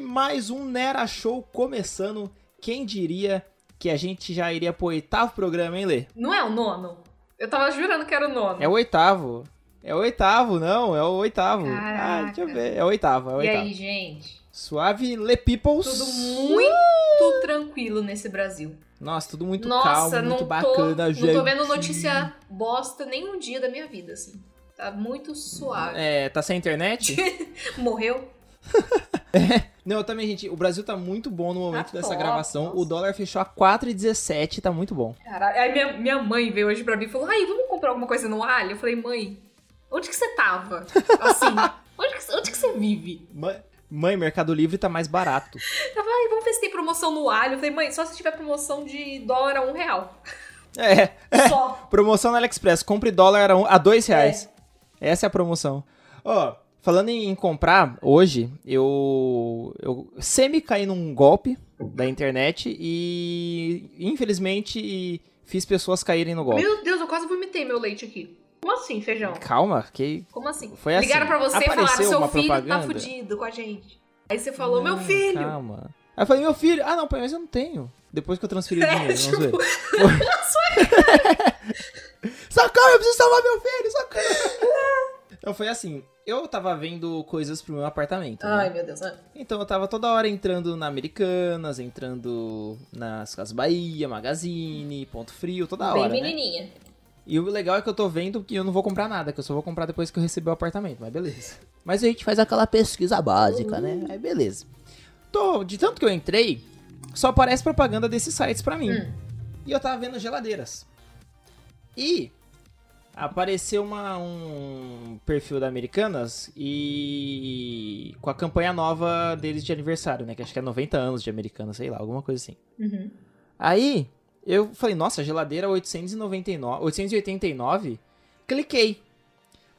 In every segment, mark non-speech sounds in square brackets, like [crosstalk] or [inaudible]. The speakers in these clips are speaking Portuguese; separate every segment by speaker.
Speaker 1: mais um Nera Show começando. Quem diria que a gente já iria pro oitavo programa, hein, Lê?
Speaker 2: Não é o nono? Eu tava jurando que era o nono.
Speaker 1: É o oitavo. É o oitavo, não, é o oitavo.
Speaker 2: Caraca.
Speaker 1: Ah, deixa eu ver. É o oitavo, é o
Speaker 2: E
Speaker 1: oitavo.
Speaker 2: aí, gente?
Speaker 1: Suave Le Peoples.
Speaker 2: Tudo muito tranquilo nesse Brasil.
Speaker 1: Nossa, tudo muito
Speaker 2: Nossa,
Speaker 1: calmo,
Speaker 2: não,
Speaker 1: muito
Speaker 2: tô,
Speaker 1: bacana, gente.
Speaker 2: não tô vendo notícia bosta nenhum dia da minha vida, assim. Tá muito suave.
Speaker 1: É, tá sem
Speaker 2: [laughs]
Speaker 1: internet? É.
Speaker 2: Morreu?
Speaker 1: não, eu também, gente, o Brasil tá muito bom no momento
Speaker 2: Tá
Speaker 1: dessa
Speaker 2: top,
Speaker 1: gravação. O
Speaker 2: nossa.
Speaker 1: dólar fechou a 4,17, tá muito bom.
Speaker 2: Caralho. Aí minha, minha mãe veio hoje pra mim e falou: Ai, vamos comprar alguma coisa no alho? Eu falei, mãe, onde que você tava? Assim,
Speaker 1: [laughs]
Speaker 2: onde que, onde que você vive?
Speaker 1: Ma- Mãe, Mercado Livre tá mais barato.
Speaker 2: Ela falou, ai, vamos ver se tem promoção no alho. Eu falei, mãe, só se tiver promoção de dólar a um real.
Speaker 1: É,
Speaker 2: Só.
Speaker 1: promoção na AliExpress, compre dólar a, um, a dois reais. Essa é a promoção. Ó, falando em comprar, hoje eu, eu semi caí num golpe da internet e infelizmente fiz pessoas caírem no golpe.
Speaker 2: Meu Deus, eu quase vomitei meu leite aqui. Como assim, feijão?
Speaker 1: Calma, que
Speaker 2: Como assim?
Speaker 1: Foi assim,
Speaker 2: Ligaram pra você e falaram:
Speaker 1: apareceu
Speaker 2: seu
Speaker 1: uma
Speaker 2: filho tá
Speaker 1: propaganda.
Speaker 2: fudido com a gente. Aí você falou: meu
Speaker 1: Não,
Speaker 2: filho!
Speaker 1: Calma. Aí eu falei, meu filho. Ah, não, pai, mas eu não tenho. Depois que eu transferi o
Speaker 2: [laughs] É,
Speaker 1: dinheiro, não
Speaker 2: tipo,
Speaker 1: sei. Socorro, eu preciso salvar meu filho, socorro.
Speaker 2: [laughs]
Speaker 1: então foi assim, eu tava vendo coisas pro meu apartamento. né?
Speaker 2: Ai, meu Deus. ah.
Speaker 1: Então eu tava toda hora entrando na Americanas, entrando nas Casas Bahia, Magazine, Ponto Frio, toda
Speaker 2: Bem
Speaker 1: hora. né?
Speaker 2: menininha.
Speaker 1: E o legal é que eu tô vendo que eu não vou comprar nada, que eu só vou comprar depois que eu receber o apartamento, mas beleza. Mas a gente faz aquela pesquisa básica, né? Aí beleza. Tô, de tanto que eu entrei, só aparece propaganda desses sites pra mim.
Speaker 2: Hum.
Speaker 1: E eu tava vendo geladeiras. E apareceu uma, um perfil da Americanas e com a campanha nova deles de aniversário, né? Que acho que é 90 anos de Americanas, sei lá, alguma coisa assim.
Speaker 2: Uhum.
Speaker 1: Aí eu falei, nossa, geladeira 899, 889. Cliquei.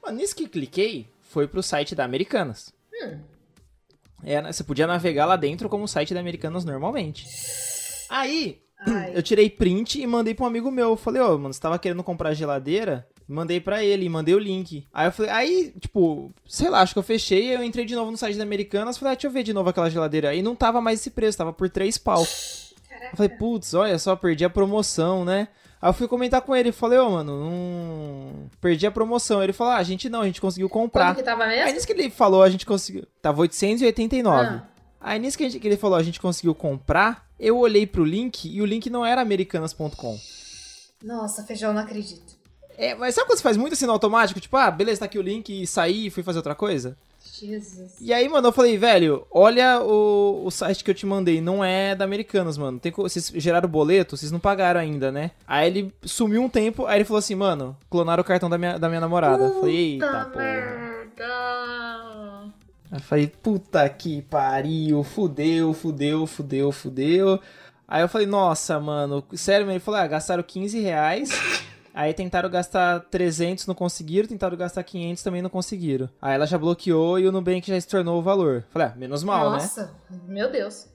Speaker 1: Mano, nisso que cliquei, foi pro site da Americanas.
Speaker 2: Hum.
Speaker 1: É, né, você podia navegar lá dentro como o site da Americanas normalmente. Aí,
Speaker 2: Ai.
Speaker 1: [clears throat] eu tirei print e mandei pra um amigo meu. Eu falei, ô, mano, você tava querendo comprar geladeira? Mandei pra ele, mandei o link. Aí eu falei, aí, tipo, sei lá, acho que eu fechei, eu entrei de novo no site da Americanas, falei, ah, deixa eu ver de novo aquela geladeira. aí não tava mais esse preço, tava por três pau. Eu falei, putz, olha só, perdi a promoção, né? Aí eu fui comentar com ele, falei, ô, mano, não... perdi a promoção. Ele falou, ah, a gente não, a gente conseguiu
Speaker 2: Quanto
Speaker 1: comprar.
Speaker 2: que tava
Speaker 1: Aí
Speaker 2: mesmo?
Speaker 1: nisso que ele falou, a gente conseguiu... Tava 889.
Speaker 2: Ah.
Speaker 1: Aí nisso que, a gente- que ele falou, a gente conseguiu comprar, eu olhei pro link e o link não era americanas.com.
Speaker 2: Nossa, feijão, não acredito.
Speaker 1: É, mas sabe quando você faz muito assim no automático? Tipo, ah, beleza, tá aqui o link e saí e fui fazer outra coisa?
Speaker 2: Jesus.
Speaker 1: E aí, mano, eu falei, velho, olha o, o site que eu te mandei, não é da Americanas, mano. Tem, co- vocês geraram o boleto, vocês não pagaram ainda, né? Aí ele sumiu um tempo, aí ele falou assim, mano, clonaram o cartão da minha, da minha namorada. Eu falei, eita, porra.
Speaker 2: Tá merda.
Speaker 1: Aí eu falei, puta que pariu, fudeu, fudeu, fudeu, fudeu. Aí eu falei, nossa, mano, sério, mesmo? ele falou, ah, gastaram 15 reais, aí tentaram gastar 300, não conseguiram, tentaram gastar 500, também não conseguiram. Aí ela já bloqueou e o Nubank já estornou o valor. Falei, ah, menos mal, né?
Speaker 2: Nossa, meu Deus.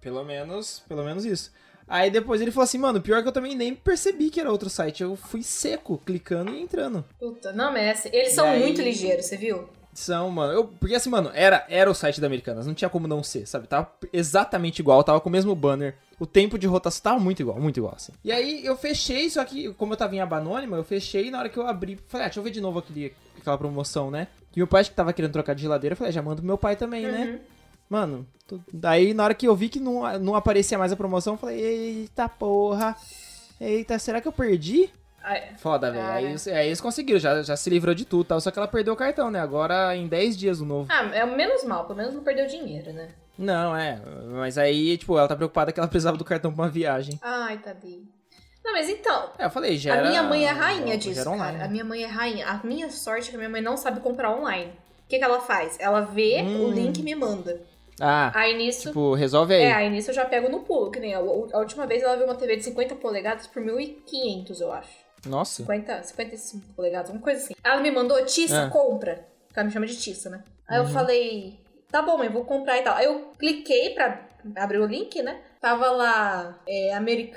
Speaker 1: Pelo menos, pelo menos isso. Aí depois ele falou assim, mano, pior que eu também nem percebi que era outro site, eu fui seco, clicando e entrando.
Speaker 2: Puta, não, mas eles
Speaker 1: E
Speaker 2: são
Speaker 1: aí-
Speaker 2: muito ligeiros, você viu?
Speaker 1: São, mano. Eu, porque assim, mano, era, era o site da Americanas. Não tinha como não ser, sabe? Tava exatamente igual, tava com o mesmo banner. O tempo de rotação tava muito igual, muito igual, assim. E aí eu fechei, só que como eu tava em aba anônima, eu fechei e na hora que eu abri, falei, ah, deixa eu ver de novo aquele, aquela promoção, né? E meu pai acho que tava querendo trocar de geladeira, eu falei, ah, já manda pro meu pai também,
Speaker 2: Uhum.
Speaker 1: né? Mano, tô- daí na hora que eu vi que não, não aparecia mais a promoção, eu falei, eita porra. Eita, será que eu perdi?
Speaker 2: Ai,
Speaker 1: Foda, velho.
Speaker 2: Cara.
Speaker 1: Aí, eles- aí eles conseguiram, já, já se livrou de tudo, tal. Só que ela perdeu o cartão, né? Agora em 10 dias o novo.
Speaker 2: Ah, é o menos mal, pelo menos não perdeu dinheiro, né?
Speaker 1: Não, é. Mas aí, tipo, ela tá preocupada que ela [laughs] precisava do cartão pra uma viagem.
Speaker 2: Ai, tadinho. Não, mas então,
Speaker 1: É, eu falei, já
Speaker 2: a
Speaker 1: era-
Speaker 2: minha mãe é rainha
Speaker 1: já
Speaker 2: disso,
Speaker 1: era então, online. né?
Speaker 2: cara. A minha mãe é rainha. A minha sorte é que a minha mãe não sabe comprar online. O que, que ela faz? Ela vê
Speaker 1: Hum.
Speaker 2: o link e me manda.
Speaker 1: Ah,
Speaker 2: Aí nisso.
Speaker 1: tipo, resolve aí.
Speaker 2: É, aí nisso eu já pego no pulo, que nem a, a última vez ela viu uma TV de 50 polegadas por 1.500, eu acho.
Speaker 1: Nossa.
Speaker 2: 50, 55 polegadas, uma coisa assim. Ela me mandou, Tissa,
Speaker 1: Ah. Uhum.
Speaker 2: compra. Porque ela me chama de Tissa, né? Aí eu falei, tá bom, mãe, vou comprar e tal. Aí eu cliquei pra abrir o link, né? Tava lá, é,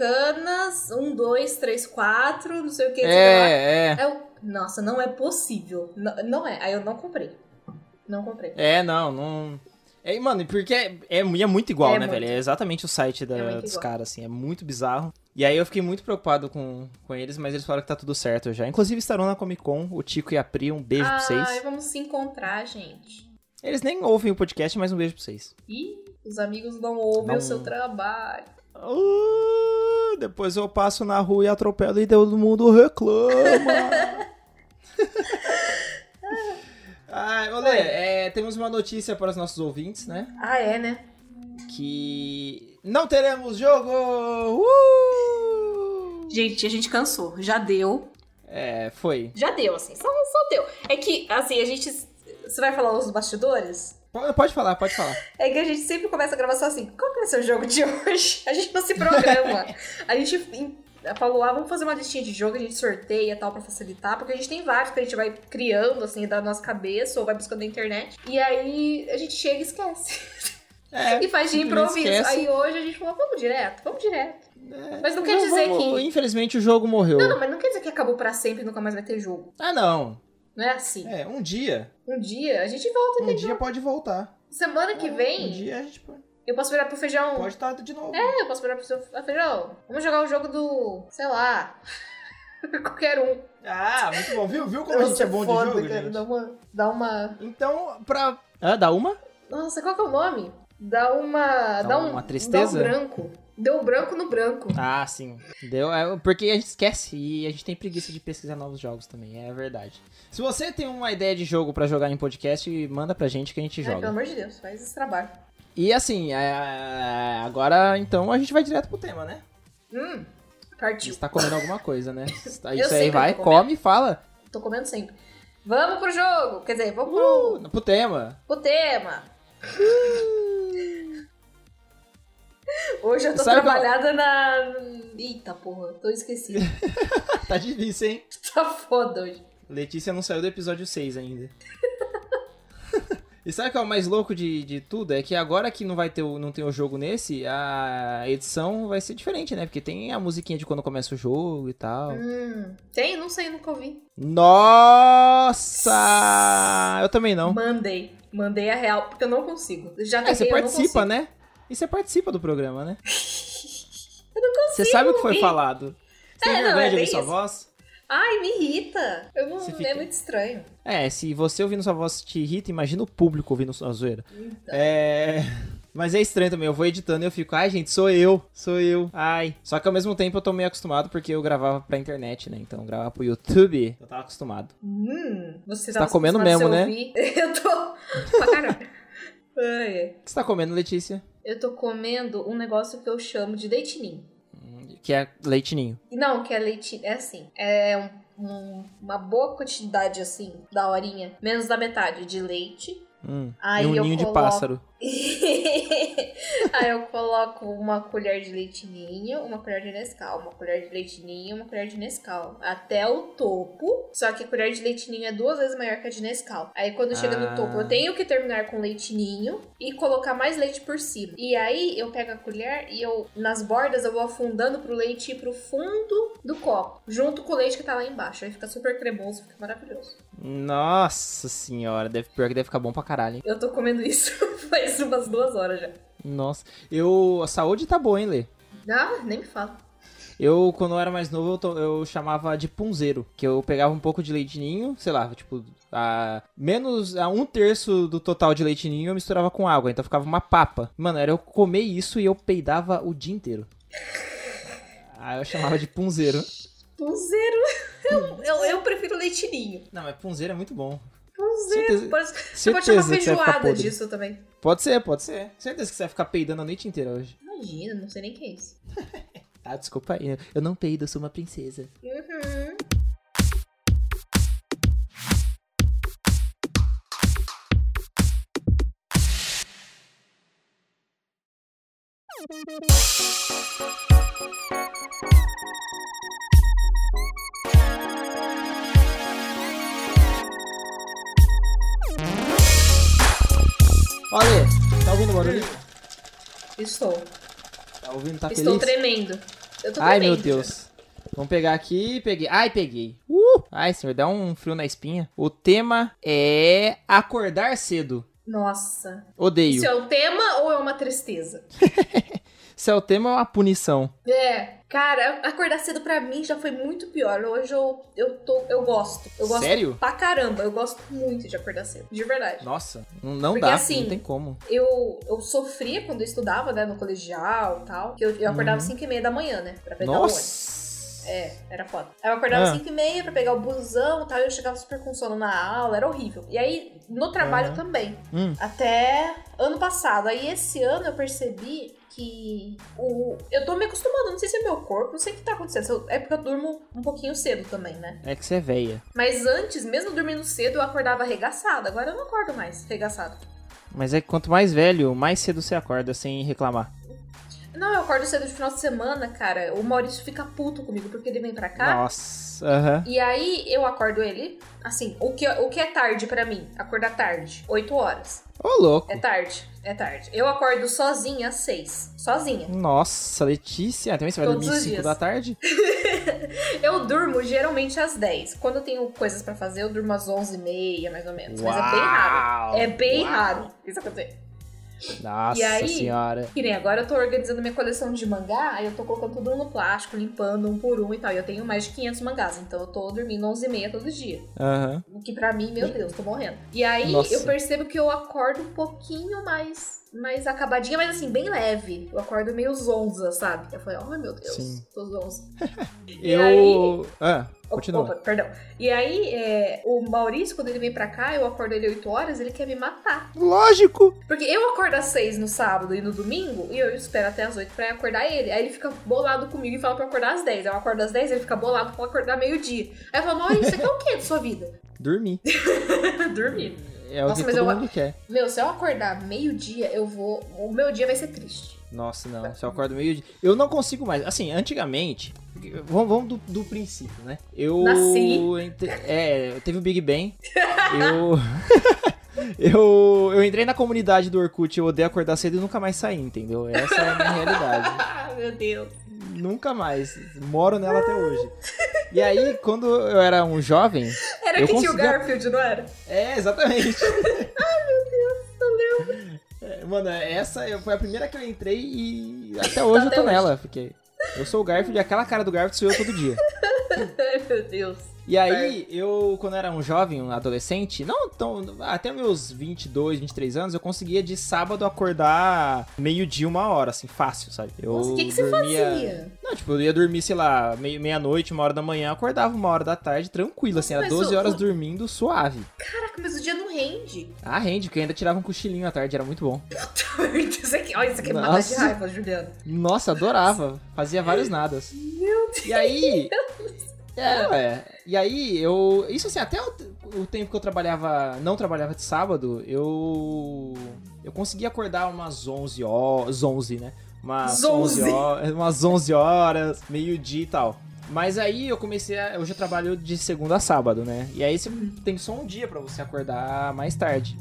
Speaker 2: Americanas, 1, 2, 3, 4, não sei o que. não sei o que lá.
Speaker 1: É, é.
Speaker 2: Aí eu, nossa, não é possível. Não, não é. Aí eu não comprei. Não comprei.
Speaker 1: É, não, não. É, mano, porque é, é, mu- e é muito igual,
Speaker 2: É
Speaker 1: né,
Speaker 2: muito.
Speaker 1: velho? É exatamente o site da-
Speaker 2: É muito
Speaker 1: dos
Speaker 2: igual.
Speaker 1: caras, assim. É muito bizarro. E aí eu fiquei muito preocupado com, com eles, mas eles falaram que tá tudo certo já. Inclusive estarão na Comic Con, o Tico e a Pri, um beijo pra
Speaker 2: Ai,
Speaker 1: vocês.
Speaker 2: vamos se encontrar, gente.
Speaker 1: Eles nem ouvem o podcast, mas um beijo pra vocês.
Speaker 2: Ih, os amigos não ouvem
Speaker 1: Não.
Speaker 2: o seu trabalho.
Speaker 1: Ah, depois eu passo na rua e atropelo e todo mundo reclama. Ai, olê,
Speaker 2: Oi.
Speaker 1: é, temos uma notícia para os nossos ouvintes, né?
Speaker 2: Ah, é, né?
Speaker 1: que não teremos jogo! Uh!
Speaker 2: Gente, a gente cansou. Já deu.
Speaker 1: É, foi.
Speaker 2: Já deu, assim. Só, só deu. É que, assim, a gente. Você vai falar os bastidores?
Speaker 1: Po- Pode falar, pode falar.
Speaker 2: É que a gente sempre começa a gravação assim. Qual que vai ser o jogo de [laughs] hoje? A gente não se
Speaker 1: [laughs]
Speaker 2: programa. a gente em- falou, ah, vamos fazer uma listinha de jogo, a gente sorteia e tal pra facilitar, porque a gente tem vários que a gente vai criando, assim, da nossa cabeça ou vai buscando na internet. E aí a gente chega e esquece.
Speaker 1: É,
Speaker 2: [laughs] E faz de
Speaker 1: simplesmente
Speaker 2: improviso.
Speaker 1: esquece.
Speaker 2: Aí hoje a gente falou, vamos direto, vamos direto.
Speaker 1: é,
Speaker 2: Mas não quer dizer que-
Speaker 1: Infelizmente o jogo morreu.
Speaker 2: Não, mas não quer dizer que acabou pra sempre e nunca mais vai ter jogo.
Speaker 1: Ah, não.
Speaker 2: Não é assim.
Speaker 1: É, um dia.
Speaker 2: Um dia a gente volta e
Speaker 1: Um
Speaker 2: tem
Speaker 1: dia pode voltar.
Speaker 2: Semana então- que
Speaker 1: Um
Speaker 2: vem,
Speaker 1: dia a gente pode
Speaker 2: eu posso virar pro feijão.
Speaker 1: pode estar de novo.
Speaker 2: É, eu posso virar pro seu ah, feijão. Vamos jogar o jogo do. sei lá. [laughs] Qualquer um.
Speaker 1: Ah, muito bom. Viu, viu como a gente é bom
Speaker 2: Foda,
Speaker 1: de jogo,
Speaker 2: cara,
Speaker 1: gente?
Speaker 2: Dá uma. Dá uma.
Speaker 1: Então, pra... Ah, dá uma?
Speaker 2: Nossa, qual que é o nome? Dá uma.
Speaker 1: Dá
Speaker 2: Dá, um,
Speaker 1: uma tristeza?
Speaker 2: Dá um branco. Deu branco no branco.
Speaker 1: Ah, sim. Deu, é, porque a gente esquece e a gente tem preguiça de pesquisar novos jogos também, é verdade. Se você tem uma ideia de jogo pra jogar em podcast, manda pra gente que a gente
Speaker 2: Ai,
Speaker 1: joga.
Speaker 2: pelo amor de Deus, faz esse trabalho.
Speaker 1: E assim, é, agora então a gente vai direto pro tema, né?
Speaker 2: Hum,
Speaker 1: Você
Speaker 2: partiu.
Speaker 1: está comendo alguma coisa,
Speaker 2: [laughs]
Speaker 1: né? Isso aí
Speaker 2: sempre
Speaker 1: vai,
Speaker 2: tô comendo.
Speaker 1: come e fala
Speaker 2: Tô comendo sempre. Vamos pro jogo! Quer dizer, vamos pro,
Speaker 1: uh, pro tema. [laughs]
Speaker 2: pro tema. Hoje eu tô
Speaker 1: Sabe qual-
Speaker 2: trabalhada na. Eita porra, tô esquecida. [laughs]
Speaker 1: Tá difícil, hein?
Speaker 2: tá foda hoje.
Speaker 1: Letícia não saiu do episódio 6 ainda. [laughs] E sabe o que é o mais louco de, de tudo? É que agora que não vai ter o, não tem o jogo nesse, a edição vai ser diferente, né? Porque tem a musiquinha de quando começa o jogo e tal.
Speaker 2: Hum, tem? Não sei, nunca ouvi.
Speaker 1: Nossa! Eu também não.
Speaker 2: Mandei. Mandei a real, porque eu não consigo. Eu Já
Speaker 1: É,
Speaker 2: tentei,
Speaker 1: você
Speaker 2: eu não
Speaker 1: participa,
Speaker 2: consigo.
Speaker 1: né? E você participa do programa, né?
Speaker 2: Eu não consigo.
Speaker 1: Você sabe o que foi
Speaker 2: ouvir.
Speaker 1: falado. Você tem
Speaker 2: É, não,
Speaker 1: vergonha
Speaker 2: é
Speaker 1: de ouvir
Speaker 2: bem
Speaker 1: sua
Speaker 2: isso.
Speaker 1: voz?
Speaker 2: Ai, me irrita. Eu não,
Speaker 1: Você fica-
Speaker 2: É muito estranho.
Speaker 1: É, se você ouvindo sua voz te irrita, imagina o público ouvindo sua zoeira. É. Mas é estranho também, eu vou editando e eu fico, ai gente, sou eu, sou eu, ai. Só que ao mesmo tempo eu tô meio acostumado porque eu gravava pra internet, né? Então gravar pro YouTube, eu tava acostumado.
Speaker 2: Hum, você
Speaker 1: Você
Speaker 2: tava
Speaker 1: tá comendo
Speaker 2: acostumado a
Speaker 1: mesmo,
Speaker 2: se ouvir. [laughs] Eu tô. Pra caramba. Ai, ai.
Speaker 1: O que você tá comendo, Letícia?
Speaker 2: Eu tô comendo um negócio que eu chamo de leitininho.
Speaker 1: Hum, Que é leitinho.
Speaker 2: Não, que é leite. É assim. É um- um- uma boa quantidade, assim, da horinha. Menos da metade de leite.
Speaker 1: Hum.
Speaker 2: Aí
Speaker 1: e um
Speaker 2: eu
Speaker 1: ninho de
Speaker 2: coloco-
Speaker 1: pássaro.
Speaker 2: [laughs] Aí eu coloco uma colher de leite ninho, uma colher de Nescau, uma colher de leite ninho, uma colher de Nescau. Até o topo. Só que a colher de leite ninho é duas vezes maior que a de Nescau. Aí quando chega
Speaker 1: Ah.
Speaker 2: no topo, eu tenho que terminar com leite ninho e colocar mais leite por cima. E aí eu pego a colher e eu, nas bordas, eu vou afundando pro leite ir pro fundo do copo. Junto com o leite que tá lá embaixo. Aí fica super cremoso, fica maravilhoso.
Speaker 1: Nossa senhora, deve, pior que deve ficar bom pra caralho, hein?
Speaker 2: Eu tô comendo isso [laughs] faz umas duas horas já.
Speaker 1: Nossa. Eu. A saúde tá boa, hein, Lê?
Speaker 2: Ah, nem me fala.
Speaker 1: Eu, quando eu era mais novo, eu, to- eu chamava de punzeiro. Que eu pegava um pouco de leitinho, sei lá, tipo, a menos a um terço do total de leitinho eu misturava com água, então ficava uma papa. Mano, era eu comer isso e eu peidava o dia inteiro. Aí eu chamava de punzeiro.
Speaker 2: Punzeiro. Um [laughs] Eu, eu, eu prefiro leitinho.
Speaker 1: Não, mas punzeiro é muito bom. Certeza-
Speaker 2: Punzeiro. Pode, você pode
Speaker 1: certeza
Speaker 2: chamar
Speaker 1: que você vai ficar
Speaker 2: feijoada
Speaker 1: podre.
Speaker 2: disso também.
Speaker 1: Pode ser, pode ser. Certeza que você vai ficar peidando a noite inteira hoje.
Speaker 2: Imagina, não sei nem o que é isso.
Speaker 1: Ah, desculpa aí. Eu não peido, eu sou uma princesa.
Speaker 2: Uhum.
Speaker 1: Olha, tá ouvindo o barulho?
Speaker 2: Estou.
Speaker 1: Tá ouvindo? Tá
Speaker 2: Estou
Speaker 1: feliz?
Speaker 2: tremendo. Eu tô
Speaker 1: Ai, meu
Speaker 2: tremendo.
Speaker 1: Deus. Vamos pegar aqui, peguei. Ai, peguei. Uh! Ai, senhor, dá um frio na espinha. O tema é acordar cedo.
Speaker 2: Nossa.
Speaker 1: Odeio.
Speaker 2: Isso é um tema ou é uma tristeza?
Speaker 1: Se é o tema, é uma punição.
Speaker 2: É. Cara, acordar cedo pra mim já foi muito pior. Hoje eu, eu tô. Eu gosto. Eu gosto
Speaker 1: Sério?
Speaker 2: pra caramba. Eu gosto muito de acordar cedo. De verdade.
Speaker 1: Nossa, não, não
Speaker 2: Porque
Speaker 1: dá,
Speaker 2: assim-
Speaker 1: não tem como.
Speaker 2: Eu, eu sofria quando eu estudava, né, no colegial e tal. Que eu, eu acordava
Speaker 1: Uhum.
Speaker 2: 5 e meia da manhã, né? Pra pegar o ônibus.
Speaker 1: Nossa!
Speaker 2: É, era foda. Aí eu acordava
Speaker 1: Ah.
Speaker 2: 5 e meia pra pegar o busão e tal, e eu chegava super com sono na aula, era horrível. E aí, no trabalho
Speaker 1: Aham.
Speaker 2: também.
Speaker 1: Hum.
Speaker 2: Até ano passado. Aí esse ano eu percebi que o. Eu tô me acostumando, não sei se é meu corpo, não sei o que tá acontecendo. se eu- É porque eu durmo um pouquinho cedo também, né?
Speaker 1: É que você é véia.
Speaker 2: Mas antes, mesmo dormindo cedo, eu acordava arregaçada. Agora eu não acordo mais arregaçada.
Speaker 1: Mas é que quanto mais velho, mais cedo você acorda sem reclamar.
Speaker 2: Não, eu acordo cedo de final de semana, cara. O Maurício fica puto comigo porque ele vem pra cá.
Speaker 1: Nossa, aham.
Speaker 2: E aí eu acordo ele, assim, o que, o que é tarde pra mim? Acordar tarde, 8 horas.
Speaker 1: Ô, louco.
Speaker 2: É tarde, é tarde. Eu acordo sozinha às 6, sozinha.
Speaker 1: Nossa, Letícia. Ah, Também você vai
Speaker 2: Todos
Speaker 1: dormir
Speaker 2: os
Speaker 1: 5
Speaker 2: dias.
Speaker 1: da tarde?
Speaker 2: Eu durmo geralmente às 10. Quando eu tenho coisas pra fazer, eu durmo às 11 e meia, mais ou menos. [laughs] Mas é bem raro.
Speaker 1: Uau,
Speaker 2: É bem
Speaker 1: uau.
Speaker 2: raro isso acontecer.
Speaker 1: Nossa
Speaker 2: E aí-
Speaker 1: senhora.
Speaker 2: Que nem agora eu tô organizando minha coleção de mangá, aí eu tô colocando tudo no plástico, limpando um por um e tal. E eu tenho mais de 500 mangás, então eu tô dormindo 11 e meia todo dia.
Speaker 1: Aham.
Speaker 2: O que pra mim, meu Deus, tô morrendo. E aí
Speaker 1: Nossa.
Speaker 2: eu percebo que eu acordo um pouquinho mais, mais acabadinha, mas assim, bem leve. Eu acordo meio zonza, sabe? Eu falei, ai meu Deus,
Speaker 1: Sim.
Speaker 2: tô zonza.
Speaker 1: Eu. Ah,
Speaker 2: Opa,
Speaker 1: continua.
Speaker 2: opa, perdão. E aí, é, o Maurício, quando ele vem pra cá, eu acordo ele 8 horas, ele quer me matar.
Speaker 1: Lógico!
Speaker 2: Porque eu acordo às 6 no sábado e no domingo, e eu espero até às 8 pra acordar ele. Aí ele fica bolado comigo e fala pra eu acordar às 10. Aí eu acordo às 10, ele fica bolado pra eu acordar meio-dia. Aí eu falo, Maurício, você quer o quê da sua vida?
Speaker 1: Dormir.
Speaker 2: Dormir.
Speaker 1: É o
Speaker 2: Nossa,
Speaker 1: que
Speaker 2: mas
Speaker 1: todo
Speaker 2: eu-
Speaker 1: mundo quer.
Speaker 2: Meu, se eu acordar meio-dia, eu vou. O meu dia vai ser triste.
Speaker 1: Nossa, não.
Speaker 2: Tá.
Speaker 1: Se eu acordo meio. de- Eu não consigo mais. Assim, antigamente. Vamos, vamos do, do princípio, né? Eu.
Speaker 2: Nasci.
Speaker 1: entre- É, teve o Big
Speaker 2: [laughs]
Speaker 1: Bang. eu. Eu, [laughs] eu entrei na comunidade do Orkut, eu odeio acordar cedo e nunca mais saí, entendeu? Essa é a minha
Speaker 2: [laughs]
Speaker 1: realidade.
Speaker 2: [laughs] Ah, meu Deus.
Speaker 1: Nunca mais. Moro nela até hoje. E aí, quando eu era um jovem.
Speaker 2: Era
Speaker 1: Eu
Speaker 2: que tinha o
Speaker 1: consegui-
Speaker 2: Garfield, não era?
Speaker 1: É,
Speaker 2: [laughs]
Speaker 1: exatamente. Ai, meu Deus, eu lembro. Mano, essa eu- foi a primeira que eu entrei e até hoje eu
Speaker 2: Tá até
Speaker 1: tô
Speaker 2: hoje.
Speaker 1: nela, porque eu sou o Garfield e aquela cara do Garfield sou eu todo dia.
Speaker 2: Ai, [laughs] meu Deus.
Speaker 1: E aí, eu, quando era um jovem, um adolescente, não tão. Até meus 22, 23 anos, eu conseguia de sábado acordar meio-dia, uma hora, assim, fácil, sabe? Eu
Speaker 2: Nossa, o que, que você
Speaker 1: dormia-
Speaker 2: fazia?
Speaker 1: Não, tipo, eu ia dormir, sei lá, mei- meia-noite, uma hora da manhã, acordava uma hora da tarde, tranquilo, assim, era
Speaker 2: mas
Speaker 1: 12
Speaker 2: o-
Speaker 1: horas
Speaker 2: o-
Speaker 1: dormindo, suave.
Speaker 2: Caraca, mas o dia não rende. [laughs]
Speaker 1: Ah, rende, porque eu ainda tirava um cochilinho à tarde, era muito bom.
Speaker 2: isso aqui, olha, isso aqui é matar de
Speaker 1: Nossa.
Speaker 2: raiva, Juliana.
Speaker 1: Nossa, adorava, fazia vários nadas.
Speaker 2: Meu
Speaker 1: E aí... É, ué. E aí, eu... Isso assim, até o, o tempo que eu trabalhava, não trabalhava de sábado, eu... Eu conseguia acordar umas 11 horas, 11, né? Umas 11
Speaker 2: Zonze.
Speaker 1: horas, umas 11 horas, meio-dia e tal. Mas aí eu comecei a. Eu já trabalho de segunda a sábado, né? E aí você tem só um dia pra você acordar mais tarde.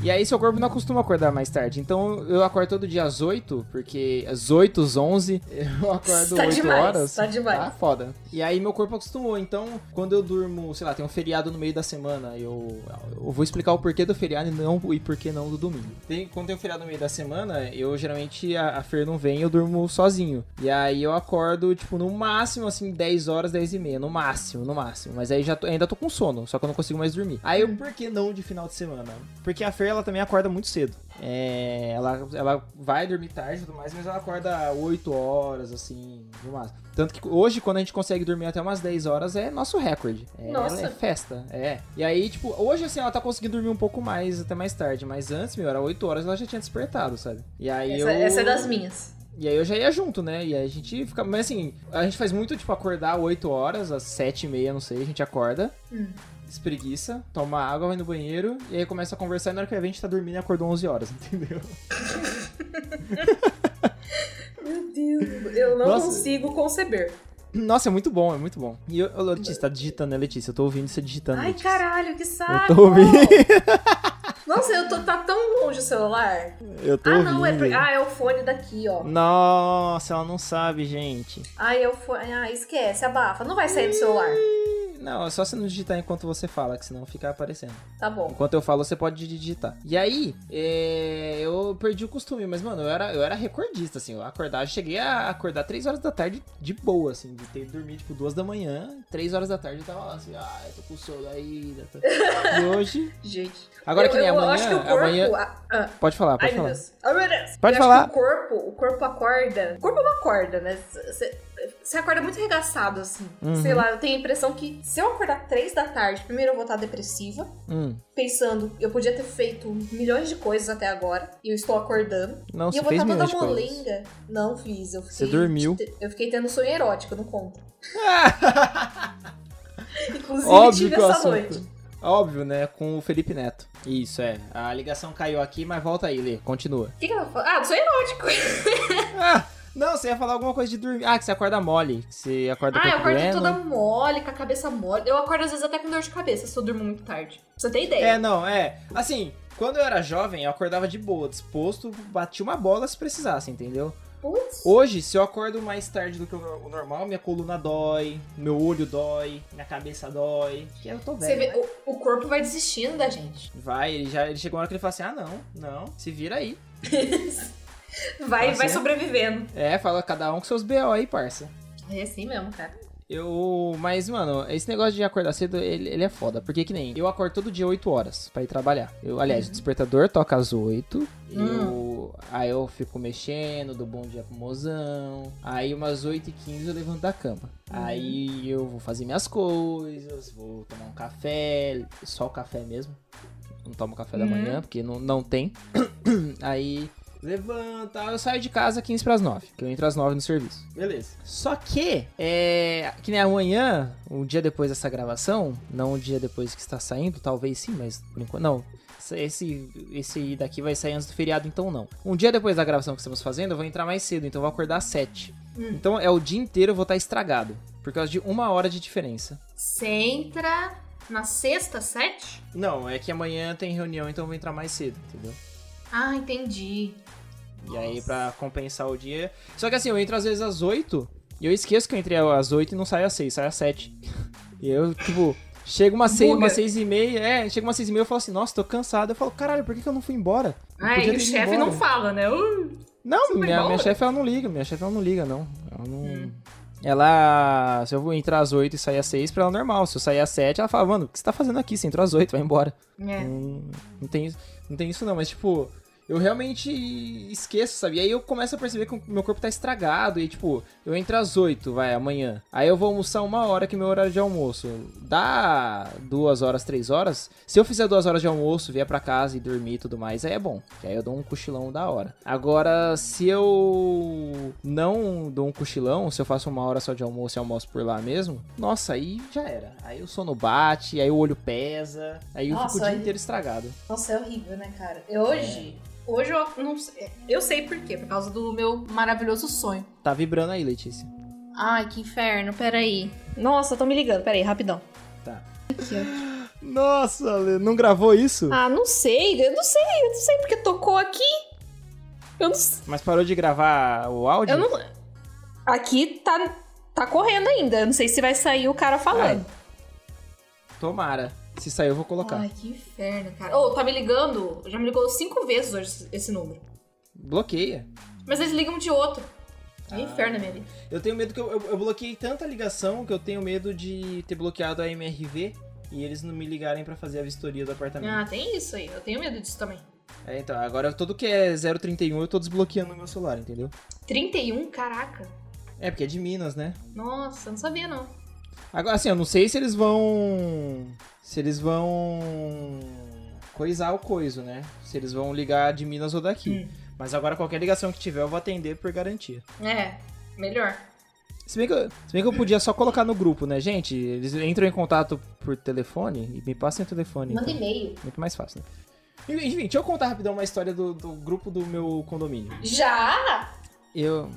Speaker 1: E aí seu corpo não acostuma a acordar mais tarde. Então eu acordo todo dia às 8, porque às 8, às 11, [laughs] eu acordo
Speaker 2: Tá
Speaker 1: 8
Speaker 2: demais,
Speaker 1: horas.
Speaker 2: tá demais.
Speaker 1: Tá foda. E aí meu corpo acostumou. Então, quando eu durmo, sei lá, tem um feriado no meio da semana, eu, eu vou explicar o porquê do feriado e não e por que não do domingo. Tem, quando tem um feriado no meio da semana, eu geralmente a, a Fer não vem, eu durmo sozinho. E aí eu acordo, tipo, no máximo assim, 10 horas, 10 e meia. No máximo, no máximo. Mas aí já tô- ainda tô com sono, só que eu não consigo mais dormir. Aí eu, por que não de final de semana? Porque a Fer ela também acorda muito cedo. É, ela, ela vai dormir tarde e tudo mais, mas ela acorda 8 horas, assim, no máximo. Tanto que hoje, quando a gente consegue dormir até umas 10 horas, é nosso recorde. É,
Speaker 2: Nossa.
Speaker 1: ela é festa, é. E aí, tipo, hoje, assim, ela tá conseguindo dormir um pouco mais, até mais tarde. Mas antes, meu, era 8 horas, ela já tinha despertado, sabe? E aí
Speaker 2: Essa,
Speaker 1: eu...
Speaker 2: essa é das minhas.
Speaker 1: E aí eu já ia junto, né? E aí a gente fica... Mas, assim, a gente faz muito, tipo, acordar 8 horas, às 7 e meia, não sei, a gente acorda...
Speaker 2: Hum.
Speaker 1: Espreguiça, toma água, vai no banheiro e aí começa a conversar. E na hora que a gente tá dormindo, e acordou 11 horas, [laughs] entendeu?
Speaker 2: Meu Deus, eu não
Speaker 1: Nossa.
Speaker 2: consigo conceber.
Speaker 1: Nossa, é muito bom, é muito bom. E eu, eu- Letícia, tá digitando, né, Letícia? Eu tô ouvindo você digitando.
Speaker 2: Ai,
Speaker 1: Letícia.
Speaker 2: caralho, que saco!
Speaker 1: Eu tô ouvindo.
Speaker 2: Nossa, eu tô, tá tão longe o celular.
Speaker 1: Eu tô
Speaker 2: ah,
Speaker 1: ouvindo.
Speaker 2: não, é, por- ah, é o fone daqui, ó.
Speaker 1: Nossa, ela não sabe, gente.
Speaker 2: Ai, é o fone. Ah, esquece, abafa. Não vai sair do celular.
Speaker 1: Não, é só você não digitar enquanto você fala, que senão fica aparecendo.
Speaker 2: Tá bom.
Speaker 1: Enquanto eu falo, você pode digitar. E aí, é, eu perdi o costume, mas, mano, eu era, eu era recordista, assim. Eu acordava, cheguei a acordar 3 horas da tarde de boa, assim. De ter dormido, tipo, 2 da manhã, 3 horas da tarde eu tava lá, assim, ah, eu tô com sono ainda. tá?" E hoje.
Speaker 2: Gente.
Speaker 1: Agora
Speaker 2: eu,
Speaker 1: que nem
Speaker 2: eu
Speaker 1: amanhã.
Speaker 2: acho que o corpo.
Speaker 1: amanhã...
Speaker 2: ah, ah,
Speaker 1: Pode falar, pode
Speaker 2: Ai, meu
Speaker 1: falar.
Speaker 2: Deus. Ai, meu Deus.
Speaker 1: Pode
Speaker 2: Eu acho
Speaker 1: falar.
Speaker 2: que o corpo, o corpo acorda. O corpo não acorda, né? Você acorda muito arregaçado, assim.
Speaker 1: Uhum.
Speaker 2: Sei lá, eu tenho a impressão que se eu acordar três da tarde, primeiro eu vou estar depressiva,
Speaker 1: Hum,
Speaker 2: pensando, eu podia ter feito milhões de coisas até agora, e eu estou acordando.
Speaker 1: não,
Speaker 2: e
Speaker 1: você
Speaker 2: eu vou
Speaker 1: fez
Speaker 2: estar toda
Speaker 1: milhões de coisas.
Speaker 2: molenga. Não fiz, eu
Speaker 1: Você
Speaker 2: fiquei.
Speaker 1: dormiu.
Speaker 2: Eu fiquei tendo sonho erótico,
Speaker 1: [laughs]
Speaker 2: não conto. Inclusive,
Speaker 1: Óbvio
Speaker 2: tive
Speaker 1: que o
Speaker 2: essa
Speaker 1: assunto.
Speaker 2: noite.
Speaker 1: Óbvio, né? Com o Felipe Neto. Isso, é. A ligação caiu aqui, mas volta aí, Lê. Continua.
Speaker 2: O que, que ela falou? Ah, do sonho erótico.
Speaker 1: Ah, não, você ia falar alguma coisa de dormir. Ah, que você acorda mole. Que você acorda
Speaker 2: Ah, eu acordo
Speaker 1: doendo.
Speaker 2: toda mole, com a cabeça mole. Eu acordo às vezes até com dor de cabeça se eu durmo muito tarde. Pra você ter ideia.
Speaker 1: É, não, é. Assim, quando eu era jovem, eu acordava de boa, disposto, batia uma bola se precisasse, entendeu?
Speaker 2: Putz.
Speaker 1: Hoje, se eu acordo mais tarde do que o nor- o normal, minha coluna dói, meu olho dói, minha cabeça dói. Que eu tô
Speaker 2: Você
Speaker 1: velho. né?
Speaker 2: vê, o, o corpo vai desistindo da gente.
Speaker 1: Vai, ele já ele chegou uma hora que ele fala assim: ah, não, não, se vira aí.
Speaker 2: Vai,
Speaker 1: Tá
Speaker 2: vai
Speaker 1: certo.
Speaker 2: sobrevivendo.
Speaker 1: É, fala cada um com seus BO aí, parça.
Speaker 2: É assim mesmo, cara.
Speaker 1: Eu. Mas, mano, esse negócio de acordar cedo, ele, ele é foda. Porque que nem. Eu acordo todo dia 8 horas pra ir trabalhar. Eu, aliás, o despertador toca às 8. Eu, aí eu fico mexendo, dou bom dia pro mozão. Aí umas 8 e 15 eu levanto da cama. Aí eu vou fazer minhas coisas, vou tomar um café, só o café mesmo. Não tomo café da
Speaker 2: Uhum.
Speaker 1: manhã, porque não, não tem. [clears throat] aí Levanta, eu saio de casa 15 pras 9, que eu entro às 9 no serviço. Beleza. Só que, é. Que nem amanhã, um dia depois dessa gravação, não um dia depois que está saindo, talvez sim, mas por enquanto. Não. Esse, esse daqui vai sair antes do feriado, então não. Um dia depois da gravação que estamos fazendo, eu vou entrar mais cedo, então eu vou acordar às 7.
Speaker 2: Hum.
Speaker 1: Então é o dia inteiro eu vou estar estragado. Por causa de uma hora de diferença.
Speaker 2: Você entra na sexta, sete?
Speaker 1: Não, é que amanhã tem reunião, então eu vou entrar mais cedo, entendeu?
Speaker 2: Ah, entendi.
Speaker 1: E aí, pra compensar o dia. Só que assim, eu entro às vezes às 8 e eu esqueço que eu entrei às 8 e não saio às 6, saio às 7. E eu, tipo, chego umas 6,
Speaker 2: Buga.
Speaker 1: umas 6 e meia, é, chego umas 6 e meia eu falo assim, nossa, tô cansado. Eu falo, caralho, por que, que eu não fui embora? Eu
Speaker 2: Ah,
Speaker 1: podia
Speaker 2: e
Speaker 1: ter
Speaker 2: o
Speaker 1: ido
Speaker 2: chefe
Speaker 1: embora."
Speaker 2: não fala, né? Uh,
Speaker 1: Não,
Speaker 2: Você foi
Speaker 1: minha, minha
Speaker 2: embora?
Speaker 1: chefe ela não liga, minha chefe ela não liga, não. Ela não.
Speaker 2: Hum.
Speaker 1: Ela. Se eu vou entrar às 8 e sair às 6, pra ela é normal. Se eu sair às 7, ela fala, mano, o que você tá fazendo aqui? Você entrou às 8, vai embora.
Speaker 2: é.
Speaker 1: Não, não tem, isso- não tem isso não, mas tipo, eu realmente esqueço, sabe? E aí eu começo a perceber que o meu corpo tá estragado e tipo, eu entro às 8, vai, amanhã. Aí eu vou almoçar uma hora que é meu horário de almoço. Dá duas horas, três horas. Se eu fizer duas horas de almoço, vier pra casa e dormir e tudo mais, aí é bom. Que aí eu dou um cochilão da hora. Agora, se eu não dou um cochilão, se eu faço uma hora só de almoço e almoço por lá mesmo, nossa, aí já era. Aí o sono bate, aí o olho pesa, aí eu
Speaker 2: Nossa,
Speaker 1: fico o dia
Speaker 2: aí-
Speaker 1: inteiro estragado.
Speaker 2: Nossa, é horrível, né, cara? Eu hoje.
Speaker 1: É.
Speaker 2: Hoje eu não sei. é, Eu sei por quê, por causa do meu maravilhoso sonho.
Speaker 1: Tá vibrando aí, Letícia.
Speaker 2: Ai, que inferno, peraí. Nossa, tô me ligando, peraí, rapidão.
Speaker 1: Tá.
Speaker 2: Aqui, ó.
Speaker 1: Nossa, Lê, não gravou isso?
Speaker 2: Ah, não sei, eu não sei, eu não sei porque tocou aqui. Eu não sei.
Speaker 1: Mas parou de gravar o áudio?
Speaker 2: Eu não. Aqui tá, tá correndo ainda. Eu não sei se vai sair o cara falando.
Speaker 1: Tomara. Se sair, eu vou colocar.
Speaker 2: Ai, que inferno, cara. Ô, tá me ligando? Já me ligou cinco vezes hoje esse- esse número.
Speaker 1: Bloqueia.
Speaker 2: Mas eles ligam de outro. É inferno, minha vida.
Speaker 1: Eu tenho medo que eu, eu, eu bloqueei tanta ligação que eu tenho medo de ter bloqueado a MRV e eles não me ligarem pra fazer a vistoria do apartamento.
Speaker 2: Ah, tem isso aí. Eu tenho medo disso também.
Speaker 1: É, então, agora todo que é 031 eu tô desbloqueando no meu celular, entendeu?
Speaker 2: 31, caraca.
Speaker 1: É, porque é de Minas, né?
Speaker 2: Nossa, eu não sabia não.
Speaker 1: Agora, assim, eu não sei se eles vão. Se eles vão. coisar o coiso, né? Se eles vão ligar de Minas ou daqui. Mas agora qualquer ligação que tiver eu vou atender por garantia.
Speaker 2: É, melhor.
Speaker 1: Se bem, que eu, se bem que eu podia só colocar no grupo, né, gente? Eles entram em contato por telefone e me passem o telefone.
Speaker 2: Manda
Speaker 1: então.
Speaker 2: e-mail.
Speaker 1: Muito mais fácil, né? Enfim, deixa eu contar rapidão uma história do, do grupo do meu condomínio.
Speaker 2: Já?
Speaker 1: Eu.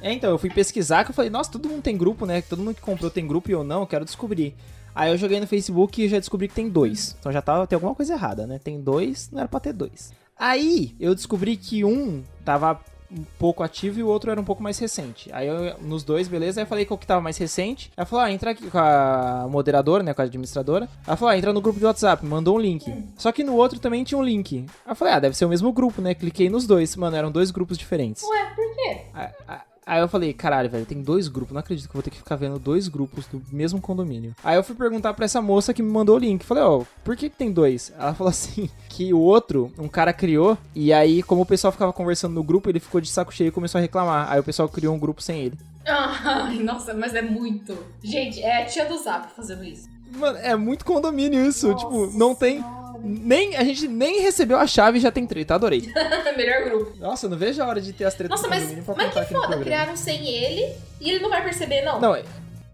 Speaker 1: É, então, eu fui pesquisar que eu falei, nossa, todo mundo tem grupo, né? Todo mundo que comprou tem grupo e eu não, eu quero descobrir. Aí eu joguei no Facebook e já descobri que tem dois. Então já tava, tem alguma coisa errada, né? Tem dois, não era pra ter dois. Aí eu descobri que um tava um pouco ativo e o outro era um pouco mais recente. Aí eu, nos dois, beleza, aí eu falei qual que tava mais recente. Ela falou, ah, entra aqui com a moderadora, né, com a administradora. Ela falou, ah, entra no grupo de WhatsApp, mandou um link. Só que no outro também tinha um link. Aí eu falei, ah, deve ser o mesmo grupo, né, cliquei nos dois. Mano, eram dois grupos diferentes.
Speaker 3: Ué, por quê?
Speaker 1: A- a- Aí eu falei, caralho, velho, tem dois grupos, não acredito que eu vou ter que ficar vendo dois grupos do mesmo condomínio. Aí eu fui perguntar pra essa moça que me mandou o link. Falei, ó, por que, que tem dois? Ela falou [laughs] assim, que o outro, um cara criou, e aí, como o pessoal ficava conversando no grupo, ele ficou de saco cheio e começou a reclamar. Aí o pessoal criou um grupo sem ele.
Speaker 2: Ai, nossa, mas é muito. Gente, é a tia do Zap fazendo isso. [laughs]
Speaker 1: Mano, é muito condomínio isso.
Speaker 2: Nossa
Speaker 1: tipo, não tem.
Speaker 2: senhora.
Speaker 1: Nem, a gente nem recebeu a chave e já tem treta, adorei.
Speaker 2: Melhor grupo.
Speaker 1: Nossa, eu não vejo a hora de ter as tretas
Speaker 2: Nossa,
Speaker 1: do
Speaker 2: mas,
Speaker 1: condomínio pra
Speaker 2: mas
Speaker 1: contar
Speaker 2: que
Speaker 1: aqui no
Speaker 2: foda,
Speaker 1: um programa.
Speaker 2: criaram sem ele e ele não vai perceber, não.
Speaker 1: Não, é-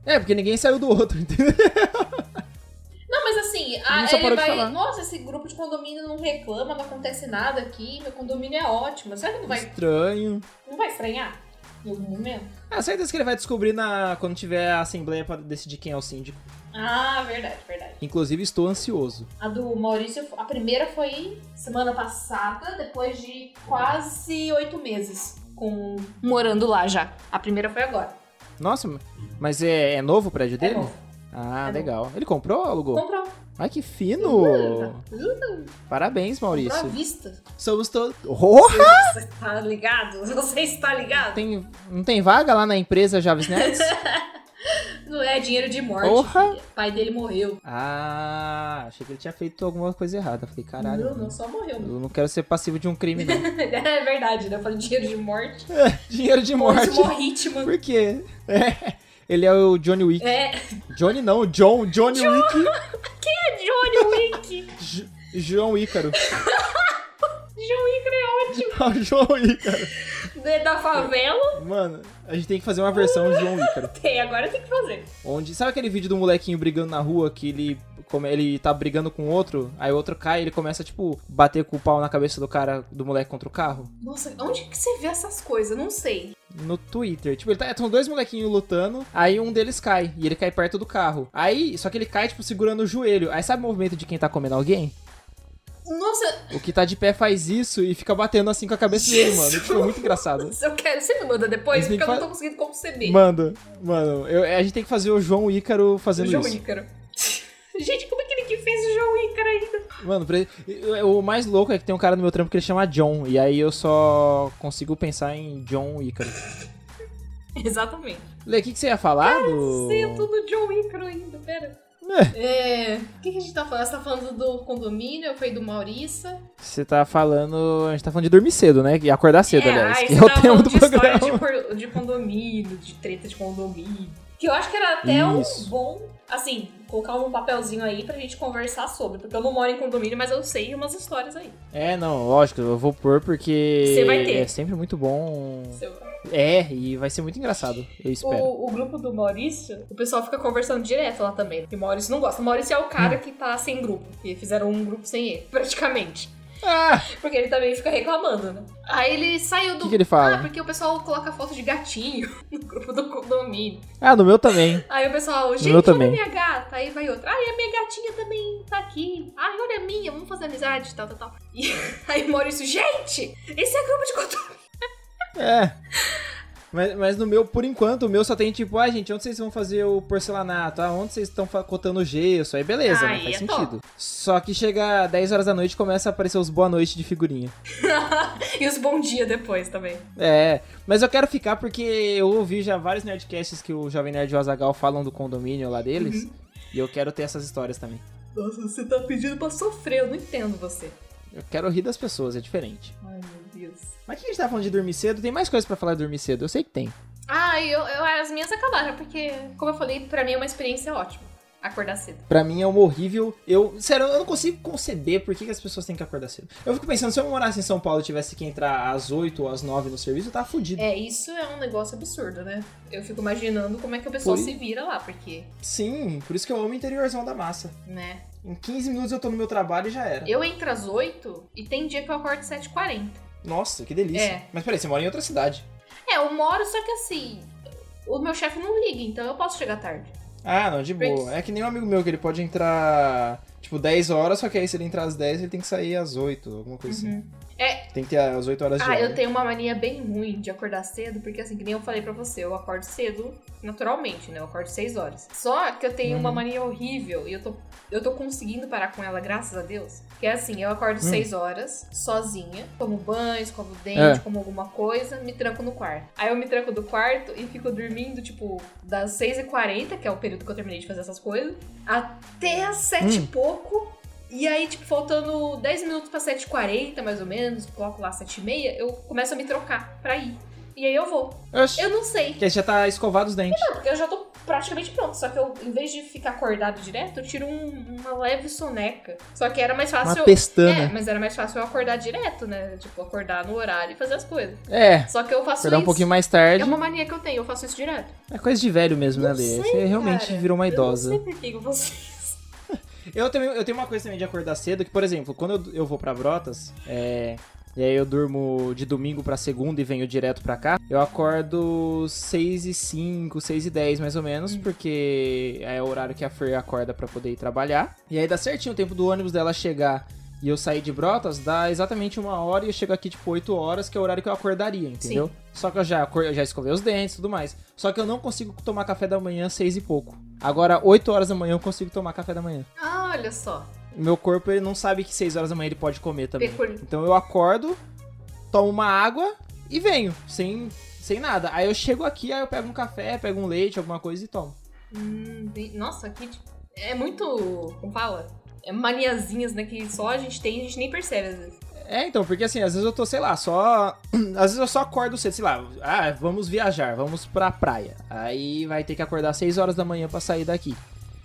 Speaker 1: é, porque ninguém saiu do outro, [laughs] entendeu?
Speaker 2: Não, mas assim, a-
Speaker 1: Ninguém só
Speaker 2: ele
Speaker 1: parou de
Speaker 2: vai.
Speaker 1: falar.
Speaker 2: Nossa, esse grupo de condomínio não reclama, não acontece nada aqui, meu condomínio é ótimo. Será que não vai,
Speaker 1: Estranho.
Speaker 2: não vai estranhar em algum momento?
Speaker 1: Ah, certeza que ele vai descobrir na quando tiver a assembleia pra decidir quem é o síndico.
Speaker 2: Ah, verdade, verdade.
Speaker 1: Inclusive, estou ansioso.
Speaker 2: A do Maurício, a primeira foi semana passada, depois de quase oito meses com morando lá já. A primeira foi agora.
Speaker 1: Nossa, mas é, é novo o prédio
Speaker 2: É
Speaker 1: dele?
Speaker 2: novo.
Speaker 1: Ah,
Speaker 2: É
Speaker 1: legal. Ele comprou ou alugou?
Speaker 2: Comprou.
Speaker 1: Ai, que
Speaker 2: Juro,
Speaker 1: fino!
Speaker 2: juro,
Speaker 1: Parabéns,
Speaker 2: Comprou à
Speaker 1: Maurício.
Speaker 2: vista.
Speaker 1: Somos todos. Oh!
Speaker 2: Você tá ligado? [laughs] Você está ligado?
Speaker 1: Tem, não tem vaga lá na empresa Javes
Speaker 2: [laughs]
Speaker 1: Nets?
Speaker 2: Não é dinheiro de morte.
Speaker 1: Porra!
Speaker 2: filha. O pai dele morreu.
Speaker 1: ah, achei que ele tinha feito alguma coisa errada. Falei, caralho.
Speaker 2: não, não
Speaker 1: mano,
Speaker 2: só morreu. [laughs]
Speaker 1: Eu não quero ser passivo de um crime, não.
Speaker 2: É verdade, né? Eu falei dinheiro de morte.
Speaker 1: Dinheiro de
Speaker 2: Morte.
Speaker 1: morte.
Speaker 2: Morte, mano.
Speaker 1: Por quê? É, ele é o Johnny Wick.
Speaker 2: É,
Speaker 1: Johnny não, John. Johnny Wick.
Speaker 2: [laughs] Johnny Wick.
Speaker 1: J- João Ícaro.
Speaker 2: João Wick é ótimo.
Speaker 1: [laughs] Ah, João Ícaro.
Speaker 2: É Da favela
Speaker 1: Mano, a gente tem que fazer uma versão João Ícaro.
Speaker 2: tem, agora tem que fazer.
Speaker 1: Onde. Sabe aquele vídeo do molequinho brigando na rua que ele. Como ele tá brigando com outro, aí o outro cai e ele começa, tipo, bater com o pau na cabeça do cara, do moleque contra o carro?
Speaker 2: Nossa, onde que você vê essas coisas? Não sei.
Speaker 1: No Twitter. Tipo, ele tá, são dois molequinhos lutando, aí um deles cai, e ele cai perto do carro. Aí, só que ele cai, tipo, segurando o joelho. Aí sabe o movimento de quem tá comendo alguém?
Speaker 2: Nossa,
Speaker 1: O que tá de pé faz isso e fica batendo assim com a cabeça dele, mano. Tipo, é muito engraçado.
Speaker 2: eu quero. Você me manda depois?
Speaker 1: Mas tem
Speaker 2: Porque eu
Speaker 1: que
Speaker 2: não
Speaker 1: fa-
Speaker 2: tô conseguindo conceber.
Speaker 1: Mano, mano, eu- a gente tem que fazer o João Ícaro
Speaker 2: o
Speaker 1: fazendo
Speaker 2: João
Speaker 1: isso.
Speaker 2: Ícaro. [laughs] Gente, como é que ele que fez o João Ícaro ainda? [laughs]
Speaker 1: Mano, pra- eu- o mais louco é que tem um cara no meu trampo que ele chama John, e aí eu só consigo pensar em John Ícaro.
Speaker 2: Exatamente.
Speaker 1: Lê, o que, que você ia falar do...
Speaker 2: Sento do João Ícaro ainda, pera. É. O que, que a gente tá falando? Você tá falando do condomínio, eu fui do Maurícia.
Speaker 1: Você tá falando... A gente tá falando de dormir cedo, né? E acordar cedo, aliás.
Speaker 2: ai,
Speaker 1: Que
Speaker 2: você
Speaker 1: é o
Speaker 2: ah, tava
Speaker 1: tema
Speaker 2: falando
Speaker 1: do
Speaker 2: de
Speaker 1: programa.
Speaker 2: história de cor- De, condomínio, de treta de condomínio. Que eu acho que era até um
Speaker 1: Isso.
Speaker 2: bom, assim, colocar um papelzinho aí pra gente conversar sobre. Porque eu não moro em condomínio, mas eu sei umas histórias aí.
Speaker 1: [laughs] É, não, lógico, eu vou pôr porque...
Speaker 2: Você vai ter.
Speaker 1: É sempre muito bom...
Speaker 2: Seu-
Speaker 1: É, e vai ser muito engraçado, eu espero.
Speaker 2: O, o grupo do Maurício, o pessoal fica conversando direto lá também. E o Maurício não gosta. O Maurício é o cara
Speaker 1: Hum.
Speaker 2: que tá sem grupo. E fizeram um grupo sem ele, praticamente.
Speaker 1: Ah,
Speaker 2: Porque ele também fica reclamando, né? Aí ele saiu
Speaker 1: o
Speaker 2: do.
Speaker 1: que, que ele
Speaker 2: ah,
Speaker 1: fala?
Speaker 2: porque o pessoal coloca foto de gatinho [laughs] no grupo do condomínio.
Speaker 1: Ah, no meu também.
Speaker 2: Aí o pessoal, gente,
Speaker 1: meu
Speaker 2: olha
Speaker 1: também.
Speaker 2: minha gata. Aí vai outra, ai, a minha gatinha também tá aqui. Ai, olha a minha, vamos fazer amizade, tal, tal, tal. E [laughs] aí o Maurício, gente, esse é grupo de controle.
Speaker 1: É. Mas, mas no meu, por enquanto, o meu só tem tipo, ah, gente, onde vocês vão fazer o porcelanato? Ah, onde vocês estão fa- cotando gesso? Aí beleza,
Speaker 2: Aí
Speaker 1: né? Faz
Speaker 2: é
Speaker 1: sentido. Só que chega 10 horas da noite e começa a aparecer os boa noite de figurinha.
Speaker 2: [laughs] e os bom dia depois também.
Speaker 1: É, mas eu quero ficar porque eu ouvi já vários nerdcasts que o Jovem Nerd e o Azagal falam do condomínio lá deles. E eu quero ter essas histórias também.
Speaker 2: Nossa, você tá pedindo pra sofrer, eu não entendo você.
Speaker 1: Eu quero rir das pessoas, é diferente.
Speaker 2: Ai, meu Deus.
Speaker 1: Mas o que a gente tá falando de dormir cedo? Tem mais coisas pra falar de dormir cedo? Eu sei que tem.
Speaker 2: Ah, eu, eu- as minhas acabaram, porque, como eu falei, pra mim é uma experiência ótima. Acordar cedo.
Speaker 1: Pra mim é um horrível. Eu, sério, eu não consigo conceber por que, que as pessoas têm que acordar cedo. Eu fico pensando, se eu morasse em São Paulo e tivesse que entrar às 8 ou às 9 no serviço, eu tava fudido.
Speaker 2: É, isso é um negócio absurdo, né? Eu fico imaginando como é que o pessoal
Speaker 1: Foi.
Speaker 2: se vira lá, porque,
Speaker 1: Sim, por isso que eu amo o interiorzão da massa.
Speaker 2: né?
Speaker 1: Em 15 minutos eu tô no meu trabalho e já era.
Speaker 2: Eu entro às 8 e tem dia que eu acordo às 7h40.
Speaker 1: Nossa, que delícia.
Speaker 2: É.
Speaker 1: Mas peraí, você mora em outra cidade.
Speaker 2: É, eu moro, só que assim, o meu chefe não liga, então eu posso chegar tarde.
Speaker 1: Ah, não, de boa.
Speaker 2: Porque-
Speaker 1: É que nem um amigo meu que ele pode entrar Tipo, 10 horas, só que aí se ele entrar às 10, ele tem que sair às 8, alguma coisa assim.
Speaker 4: É.
Speaker 1: Tem que ter as 8 horas de
Speaker 2: Uhum. Ah,
Speaker 1: aula.
Speaker 2: eu tenho uma mania bem ruim de acordar cedo, porque assim, que nem eu falei pra você, eu acordo cedo naturalmente, né? Eu acordo 6 horas. Só que eu tenho
Speaker 1: Uhum.
Speaker 2: uma mania horrível e eu tô, eu tô conseguindo parar com ela, graças a Deus. Que é assim, eu acordo
Speaker 1: Hum.
Speaker 2: 6 horas, sozinha, tomo banho, escovo o dente,
Speaker 1: É.
Speaker 2: como alguma coisa, me tranco no quarto. Aí eu me tranco do quarto e fico dormindo, tipo, das 6h40, que é o período que eu terminei de fazer essas coisas, até às 7
Speaker 1: Hum.
Speaker 2: e pouco. E aí, tipo, faltando 10 minutos pra 7h40, mais ou menos, coloco lá 7h30, eu começo a me trocar pra ir. E aí eu vou.
Speaker 1: Oxi,
Speaker 2: Eu não sei.
Speaker 1: Que aí já tá escovado os dentes.
Speaker 2: Não, porque eu já tô praticamente pronto. Só que eu, em vez de ficar acordado direto, eu tiro um- uma leve soneca. Só que era mais fácil.
Speaker 1: Uma
Speaker 2: é,
Speaker 1: pestana.
Speaker 2: mas era mais fácil eu acordar direto, né? Tipo, acordar no horário e fazer as coisas.
Speaker 1: É.
Speaker 2: Só que eu faço
Speaker 1: Acordar um
Speaker 2: isso.
Speaker 1: pouquinho mais tarde.
Speaker 2: É uma mania que eu tenho, eu faço isso direto.
Speaker 1: É coisa de velho mesmo, né,
Speaker 2: Não
Speaker 1: Lê?
Speaker 2: sei,
Speaker 1: Você realmente
Speaker 2: cara.
Speaker 1: virou uma idosa.
Speaker 2: Eu não sei por que eu faço isso.
Speaker 1: Eu também, eu tenho uma coisa também de acordar cedo, que, por exemplo, quando eu, eu vou pra Brotas, é, e aí eu durmo de domingo pra segunda e venho direto pra cá, eu acordo 6 e 5, 6 e 10 mais ou menos, porque é o horário que a Fer acorda pra poder ir trabalhar. E aí dá certinho o tempo do ônibus dela chegar e eu sair de Brotas, dá exatamente uma hora e eu chego aqui tipo 8 horas, que é o horário que eu acordaria, entendeu? Só que eu já, acor- eu já escovei os dentes e tudo mais. Só que eu não consigo tomar café da manhã seis e pouco. Agora, 8 horas da manhã eu consigo tomar café da manhã.
Speaker 2: Ah, olha só.
Speaker 1: O meu corpo ele não sabe que 6 horas da manhã ele pode comer também.
Speaker 2: Pecul-
Speaker 1: Então eu acordo, tomo uma água e venho, sem, sem nada. Aí eu chego aqui, aí eu pego um café, pego um leite, alguma coisa e tomo.
Speaker 2: Hum, bem- nossa, que tipo, é muito. Como fala? É maniazinhas, né? Que só a gente tem e a gente nem percebe às vezes.
Speaker 1: É, então, porque assim, às vezes eu tô, sei lá, só. [clears throat] Às vezes eu só acordo cedo, sei lá, ah, vamos viajar, vamos pra praia. Aí vai ter que acordar 6 horas da manhã pra sair daqui.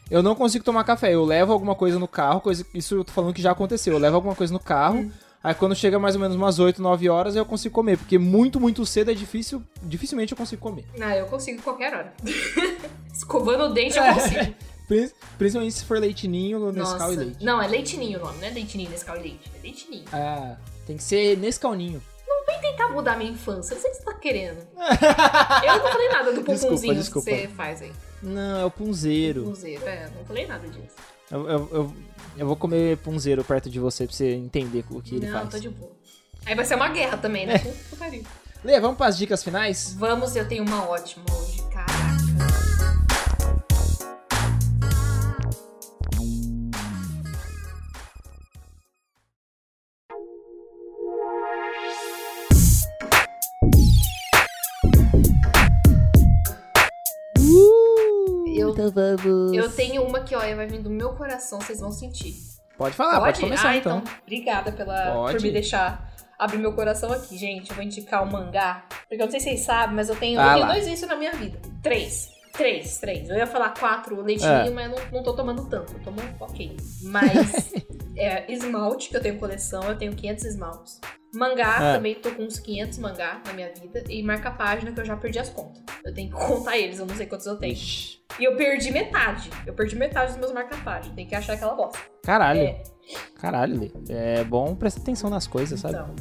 Speaker 1: Eu não consigo tomar café, eu levo alguma coisa no carro, coisa, isso eu tô falando que já aconteceu. Eu levo alguma coisa no carro, aí quando chega mais ou menos umas 8, 9 horas eu consigo comer, porque muito, muito cedo é difícil, dificilmente eu consigo comer.
Speaker 2: Ah, eu consigo a qualquer hora. [laughs] Escovando o dente,
Speaker 1: É.
Speaker 2: eu consigo.
Speaker 1: Prin- Principalmente se for leitinho, [laughs] Nescau
Speaker 2: Nossa.
Speaker 1: e leite.
Speaker 2: Não, é leitinho o nome, não é leitinho, Nescau e leite. É leitinho.
Speaker 1: Ah, tem que ser Nescauninho.
Speaker 2: Tentar mudar minha infância, não sei o que você tá
Speaker 1: [laughs]
Speaker 2: querendo. Eu não falei nada do
Speaker 1: Desculpa,
Speaker 2: pomponzinho que
Speaker 1: desculpa.
Speaker 2: você faz aí.
Speaker 1: Não, é o punzeiro.
Speaker 2: Punzeiro, é, não falei nada disso.
Speaker 1: Eu, eu, eu, eu vou comer punzeiro perto de você pra você entender o que ele
Speaker 2: não,
Speaker 1: faz. É.
Speaker 2: tô de boa. Aí vai ser uma guerra também, né? Puta que pariu.
Speaker 1: Lê, vamos pras dicas finais?
Speaker 2: Vamos, eu tenho uma ótima hoje, caraca. Eu-
Speaker 1: então vamos.
Speaker 2: Eu tenho uma que, olha, vai vir do meu coração, vocês vão sentir.
Speaker 1: Pode falar, pode, começar
Speaker 2: ah,
Speaker 1: então.
Speaker 2: Obrigada pela,
Speaker 1: Pode.
Speaker 2: por me deixar abrir meu coração aqui, gente. Eu vou indicar um mangá. Porque eu não sei se vocês sabem, mas eu tenho, eu
Speaker 1: Ah,
Speaker 2: tenho
Speaker 1: lá.
Speaker 2: dois vícios na minha vida. Três. Três, três. Eu ia falar quatro leitinho,
Speaker 1: É.
Speaker 2: mas não, não tô tomando tanto. Eu tomo ok.
Speaker 1: [laughs]
Speaker 2: Mas é, esmalte, que eu tenho coleção, eu tenho 500 esmaltes. Mangá,
Speaker 1: É.
Speaker 2: também tô com uns 500 mangá na minha vida. E marca página que eu já perdi as contas. Eu tenho que [laughs] contar eles, eu não sei quantos eu tenho.
Speaker 1: Ixi,
Speaker 2: E eu perdi metade. Eu perdi metade dos meus marca-páginas. Tem que achar aquela bosta.
Speaker 1: Caralho,
Speaker 2: É,
Speaker 1: caralho, Lê. É bom prestar atenção nas coisas, sabe?
Speaker 2: Então.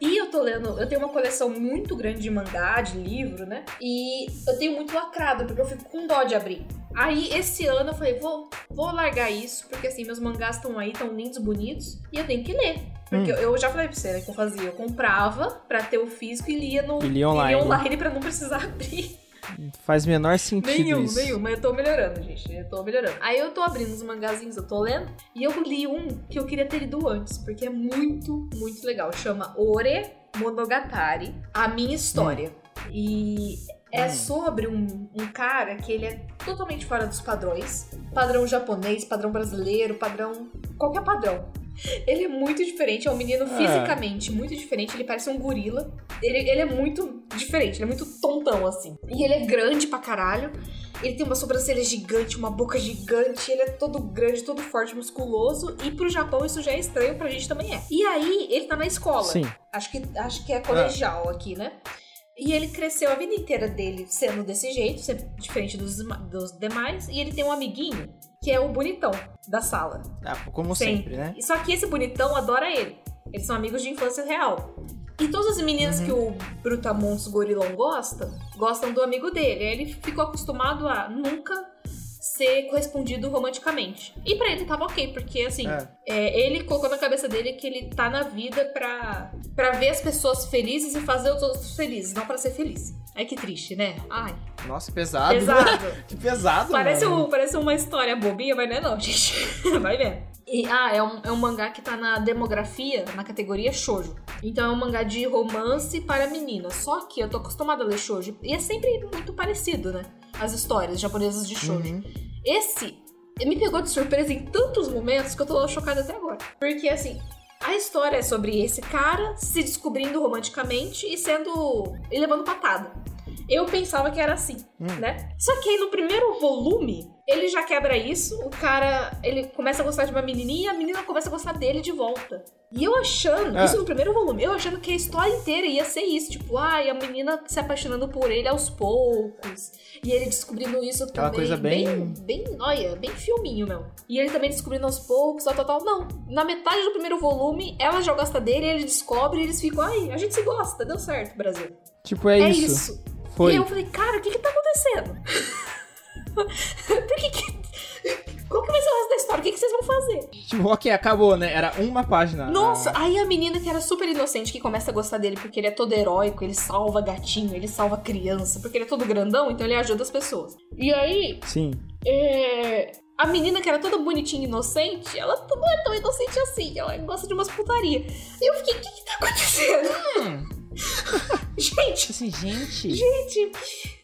Speaker 2: E eu tô lendo, eu tenho uma coleção muito grande de mangá, de livro, né? E eu tenho muito lacrado, porque eu fico com dó de abrir. Aí, esse ano, eu falei, vou, vou largar isso, porque assim, meus mangás estão aí, tão lindos, bonitos, e eu tenho que ler. Porque
Speaker 1: Hum.
Speaker 2: eu, eu já falei pra você, né, que eu fazia, eu comprava pra ter o físico e lia no...
Speaker 1: E li online.
Speaker 2: lia online pra não precisar [laughs] abrir. Então.
Speaker 1: Faz menor sentido
Speaker 2: Nenhum,
Speaker 1: isso.
Speaker 2: nenhum, mas eu tô melhorando, gente. Eu tô melhorando. Aí eu tô abrindo os mangazinhos, eu tô lendo. E eu li um que eu queria ter lido antes, porque é muito, muito legal. Chama Ore Monogatari A Minha História. E é
Speaker 1: Hum.
Speaker 2: sobre um, um cara que ele é totalmente fora dos padrões padrão japonês, padrão brasileiro, padrão. qualquer padrão. Ele é muito diferente, é um menino
Speaker 1: Ah.
Speaker 2: fisicamente muito diferente, ele parece um gorila. Ele, ele é muito diferente, ele é muito tontão, assim. E ele é grande pra caralho. Ele tem uma sobrancelha gigante, uma boca gigante, ele é todo grande, todo forte, musculoso. E pro Japão isso já é estranho, pra gente também é. E aí, ele tá na escola.
Speaker 1: Sim.
Speaker 2: Acho que, acho que é colegial aqui, né? E ele cresceu a vida inteira dele sendo desse jeito, sempre diferente dos, dos demais. E ele tem um amiguinho, que é o bonitão da sala.
Speaker 1: Ah, como
Speaker 2: Sempre.
Speaker 1: sempre, né?
Speaker 2: E Só que esse bonitão adora ele. Eles são amigos de infância real. E todas as meninas que o Brutamontes Gorilão gosta, gostam do amigo dele. Aí ele ficou acostumado a nunca ser correspondido romanticamente. E pra ele tava ok, porque assim,
Speaker 1: É.
Speaker 2: é, ele colocou na cabeça dele que ele tá na vida pra, pra ver as pessoas felizes e fazer os outros felizes, não pra ser feliz. Ai, que triste, né? Ai,
Speaker 1: Nossa, pesado. né?
Speaker 2: pesado.
Speaker 1: [laughs] que pesado,
Speaker 2: Parece,
Speaker 1: mano. Uhum,
Speaker 2: um, parece uma história bobinha, mas não é não, [laughs] gente. Vai ver. E, ah, é um, é um mangá que tá na demografia, na categoria shoujo. Então é um mangá de romance para meninas. Só que eu tô acostumada a ler shoujo. E é sempre muito parecido, né? As histórias japonesas de shoujo.
Speaker 1: Uhum.
Speaker 2: Esse me pegou de surpresa em tantos momentos que eu tô chocada até agora. Porque, assim, a história é sobre esse cara se descobrindo romanticamente e sendo. e levando patada. Eu pensava que era assim,
Speaker 1: Hum.
Speaker 2: né? Só que aí no primeiro volume, ele já quebra isso, o cara, ele começa a gostar de uma menininha e a menina começa a gostar dele de volta. E eu achando,
Speaker 1: É.
Speaker 2: isso no primeiro volume, eu achando que a história inteira ia ser isso, tipo, ai, a menina se apaixonando por ele aos poucos, e ele descobrindo isso
Speaker 1: Aquela
Speaker 2: também,
Speaker 1: coisa bem-
Speaker 2: bem, bem noia, bem filminho, meu. E ele também descobrindo aos poucos, tal, tal, tal. Não, na metade do primeiro volume, ela já gosta dele, ele descobre, e eles ficam, ai, a gente se gosta, deu certo, Brasil.
Speaker 1: Tipo, é,
Speaker 2: É,
Speaker 1: isso.
Speaker 2: isso.
Speaker 1: Foi.
Speaker 2: E eu falei, cara, o que que tá acontecendo? Por que que... Qual que vai ser o resto da história? O que que vocês vão fazer?
Speaker 1: Tipo, ok, acabou, né? Era uma página.
Speaker 2: Nossa, aí a menina que era super inocente, que começa a gostar dele porque ele é todo heróico, ele salva gatinho, ele salva criança, porque ele é todo grandão, então ele ajuda as pessoas. E aí,
Speaker 1: Ah, Sim.
Speaker 2: é, a menina que era toda bonitinha e inocente, ela t- não é tão inocente assim, ela gosta de umas putaria. E eu fiquei, o que que tá acontecendo? [laughs] Gente,
Speaker 1: Assim, gente.
Speaker 2: Tipo Gente,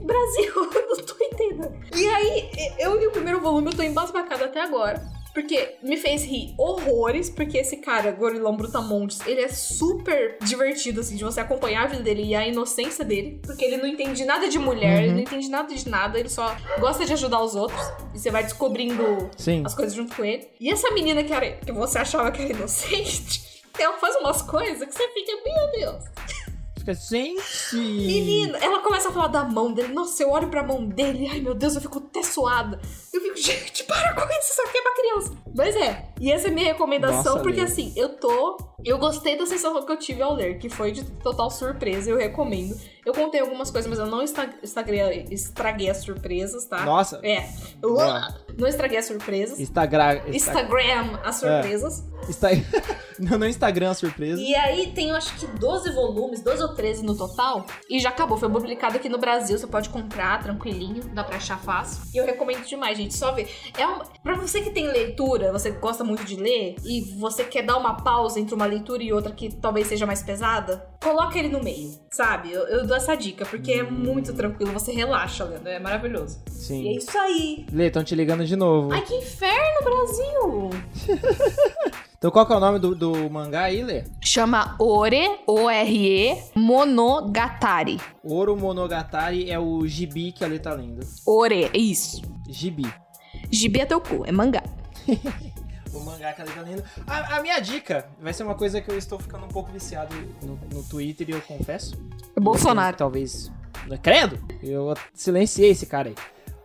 Speaker 2: Brasil, [laughs] eu não tô entendendo. E aí, eu li o primeiro volume, eu tô embasbacada até agora. Porque me fez rir horrores, porque esse cara, Gorilão Brutamontes, ele é super divertido, assim, de você acompanhar a vida dele e a inocência dele. Porque ele não entende nada de mulher, ele não entende nada de nada, ele só gosta de ajudar os outros. E você vai descobrindo
Speaker 1: Sim.
Speaker 2: as coisas junto com ele. E essa menina que, era, que você achava que era inocente, [laughs] ela faz umas coisas que você fica, meu Deus.
Speaker 1: Fica, gente.
Speaker 2: Menina, ela começa a falar da mão dele. Nossa, eu olho pra mão dele. Ai, meu Deus, eu fico até suada. Eu fico, [laughs] gente, para com isso, isso aqui é pra criança. Mas é, e essa é minha recomendação,
Speaker 1: Nossa,
Speaker 2: porque
Speaker 1: Lê.
Speaker 2: assim, eu tô. Eu gostei da sensação que eu tive ao ler, que foi de total surpresa, eu recomendo. Eu contei algumas coisas, mas eu não esta- estraguei, estraguei as surpresas, tá?
Speaker 1: Nossa.
Speaker 2: É. Eu-
Speaker 1: Boa.
Speaker 2: Não estraguei as surpresas.
Speaker 1: Instagram. Insta...
Speaker 2: Instagram as surpresas.
Speaker 1: Insta... [laughs] não, não Instagram, é surpresa.
Speaker 2: E aí tem, eu acho que 12 volumes, 12 ou 13 no total. E já acabou, foi publicado aqui no Brasil, você pode comprar tranquilinho, dá pra achar fácil. E eu recomendo demais, gente, só ver. É um... Pra você que tem leitura, você gosta muito de ler, e você quer dar uma pausa entre uma leitura e outra que talvez seja mais pesada, coloca ele no meio, sabe? Eu, eu dou essa dica, porque é muito tranquilo, você relaxa lendo, é maravilhoso. E é
Speaker 1: Sim.
Speaker 2: isso aí.
Speaker 1: Lê, estão te ligando de novo.
Speaker 2: Ai, que inferno, Brasil!
Speaker 1: Então qual que é o nome do, do mangá aí, Lê?
Speaker 4: Chama Ore, O-R-E, Monogatari.
Speaker 1: Ouro Monogatari é o gibi que ali tá lendo.
Speaker 4: Ore, é isso.
Speaker 1: Gibi.
Speaker 4: Gibi é teu cu, é mangá.
Speaker 1: O mangá que ali tá lendo. A, a minha dica vai ser uma coisa que eu estou ficando um pouco viciado no, no Twitter e eu confesso.
Speaker 4: É Bolsonaro.
Speaker 1: Talvez. Credo! Eu silenciei esse cara aí.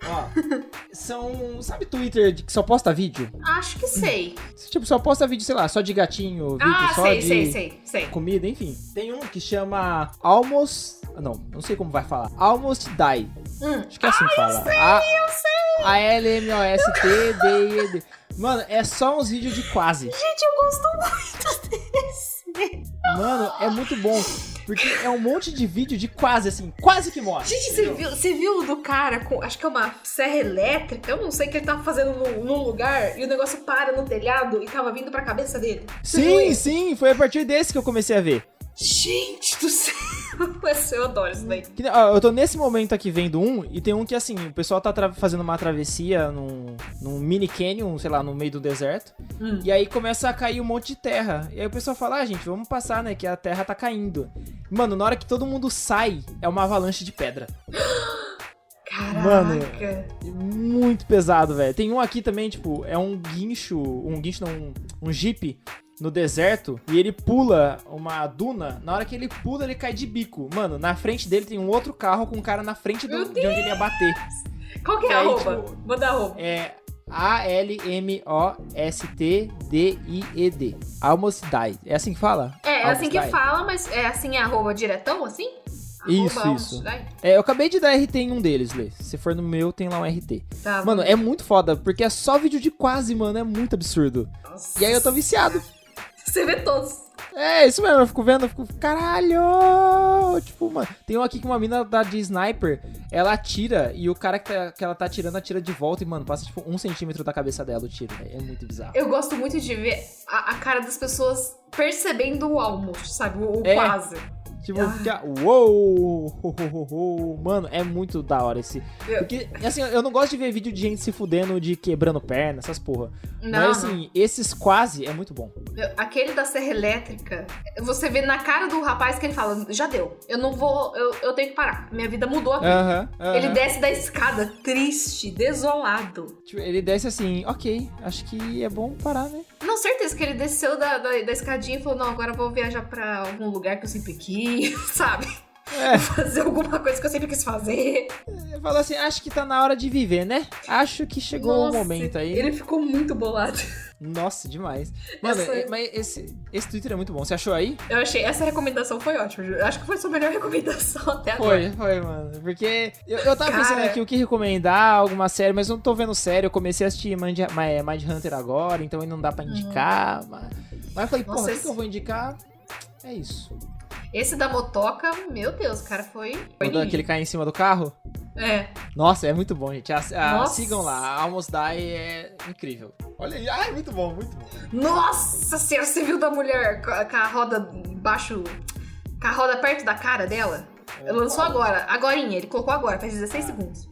Speaker 1: Ó,
Speaker 2: [laughs]
Speaker 1: são. Sabe Twitter de- que só posta vídeo?
Speaker 2: Acho que sei.
Speaker 1: Tipo, só posta vídeo, sei lá, só de gatinho, vídeo
Speaker 2: Ah,
Speaker 1: Uhum. só
Speaker 2: sei,
Speaker 1: de
Speaker 2: sei, sei, sei.
Speaker 1: comida, enfim. Tem um que chama Almost. Não, não sei como vai falar. Almost Die.
Speaker 2: Hum.
Speaker 1: Acho que é assim que fala. a, eu sei! A L M O S T D I E D. Mano, é só uns vídeos de quase.
Speaker 2: Gente, eu gosto muito desse.
Speaker 1: Mano, é muito bom. Porque é um monte de vídeo de quase, assim, quase que morre.
Speaker 2: Gente, você viu, você viu o do cara com. Acho que é uma serra elétrica, eu não sei o que ele tava fazendo num, num lugar e o negócio para no telhado e tava vindo pra cabeça dele. é
Speaker 1: Sim, sim, foi a partir desse que eu comecei a ver.
Speaker 2: Gente do céu! [laughs] Mas Eu adoro isso daí.
Speaker 1: Que nem- ó, eu tô nesse momento aqui vendo um, e tem um que assim, o pessoal tá tra- fazendo uma travessia num, num mini canyon, sei lá, no meio do deserto.
Speaker 2: Hum.
Speaker 1: E aí começa a cair um monte de terra. E aí o pessoal fala, ah, gente, vamos passar, né? Que a terra tá caindo. Mano, na hora que todo mundo sai, é uma avalanche de pedra.
Speaker 2: Caraca!
Speaker 1: Mano. Muito pesado, velho. Tem um aqui também, tipo, é um guincho, um guincho não, um, um jeep no deserto e ele pula uma duna. Na hora que ele pula, ele cai de bico. Mano, na frente dele tem um outro carro com um cara na frente do-
Speaker 2: Meu
Speaker 1: de onde ele ia bater.
Speaker 2: Qual que é
Speaker 1: E
Speaker 2: a
Speaker 1: aí,
Speaker 2: roupa?
Speaker 1: tipo-
Speaker 2: Manda a roupa.
Speaker 1: É A-L-M-O-S-T-D-I-E-D. Almost died. É assim que fala?
Speaker 2: É, é
Speaker 1: Almost
Speaker 2: assim que
Speaker 1: died.
Speaker 2: fala, mas é assim a roupa diretão, assim?
Speaker 1: Isso,
Speaker 5: Arroba um,
Speaker 1: isso.
Speaker 5: daí.
Speaker 1: É, eu acabei de dar RT em um deles, Lê. Se for no meu, tem lá um RT.
Speaker 5: Tá.
Speaker 1: Mano, é muito foda, porque é só vídeo de quase, mano. É muito absurdo.
Speaker 5: Nossa.
Speaker 1: E aí eu tô viciado.
Speaker 5: Você vê todos.
Speaker 1: É, isso mesmo, eu fico vendo, eu fico, caralho! Tipo, mano, tem um aqui que uma mina dá de sniper, ela atira e o cara que, tá- que ela tá atirando atira de volta e, mano, passa tipo um centímetro da cabeça dela o tiro, velho. É muito bizarro.
Speaker 2: Eu gosto muito de ver a, a cara das pessoas percebendo o almoço, sabe? O, o
Speaker 1: É.
Speaker 2: quase.
Speaker 1: Tipo,
Speaker 5: Ah.
Speaker 1: fica, uou! ho, ho, ho, ho. Mano, é muito da hora esse.
Speaker 5: Eu-
Speaker 1: Porque, assim, eu não gosto de ver vídeo de gente se fudendo, de quebrando perna, essas porra.
Speaker 2: Não,
Speaker 1: Mas, assim, esses quase é muito bom.
Speaker 2: não. aquele da serra elétrica, você vê na cara do rapaz que ele fala, já deu, eu não vou, eu, eu tenho que parar, minha vida mudou aqui.
Speaker 1: Aham. aham.
Speaker 2: Ele desce da escada, triste, desolado.
Speaker 1: Tipo, ele desce assim, ok, acho que é bom parar, né?
Speaker 2: Não, certeza que ele desceu da, da, da escadinha e falou, não, agora eu vou viajar pra algum lugar que eu sempre quis, [laughs] sabe?
Speaker 1: É.
Speaker 2: Fazer alguma coisa que eu sempre quis fazer.
Speaker 1: Ele falou assim, acho que tá na hora de viver, né? Acho que chegou
Speaker 2: Nossa,
Speaker 1: o momento aí. né?
Speaker 2: Ele ficou muito bolado.
Speaker 1: Nossa, demais. Mano,
Speaker 2: Essa-
Speaker 1: é- mas esse, esse Twitter é muito bom. Você achou aí?
Speaker 2: Eu achei, essa recomendação foi ótima. Eu Acho que foi a sua melhor [laughs] recomendação até agora.
Speaker 1: Foi, foi, mano. Porque eu, eu tava
Speaker 2: Cara.
Speaker 1: pensando aqui o que recomendar, alguma série, mas eu não tô vendo série. Eu comecei a assistir Mind, Hunter agora, então aí não dá pra indicar. Mas, mas eu falei, pô, o
Speaker 2: Uhum. Nossa,
Speaker 1: que,
Speaker 2: esse-
Speaker 1: que eu vou indicar? É isso.
Speaker 2: Esse da motoca, meu Deus, cara, foi. foi
Speaker 1: Quando
Speaker 2: lindo.
Speaker 1: aquele cai em cima do carro?
Speaker 2: É.
Speaker 1: Nossa, é muito bom, gente. A- a-
Speaker 2: Nossa.
Speaker 1: sigam lá, a Almost Die é incrível. Olha aí, ah, é muito bom, muito bom.
Speaker 2: Nossa senhora, você viu da mulher co- com a roda embaixo. Com a roda perto da cara dela? Ele lançou agora, agorinha, ele colocou agora, faz 16
Speaker 1: Ah.
Speaker 2: segundos.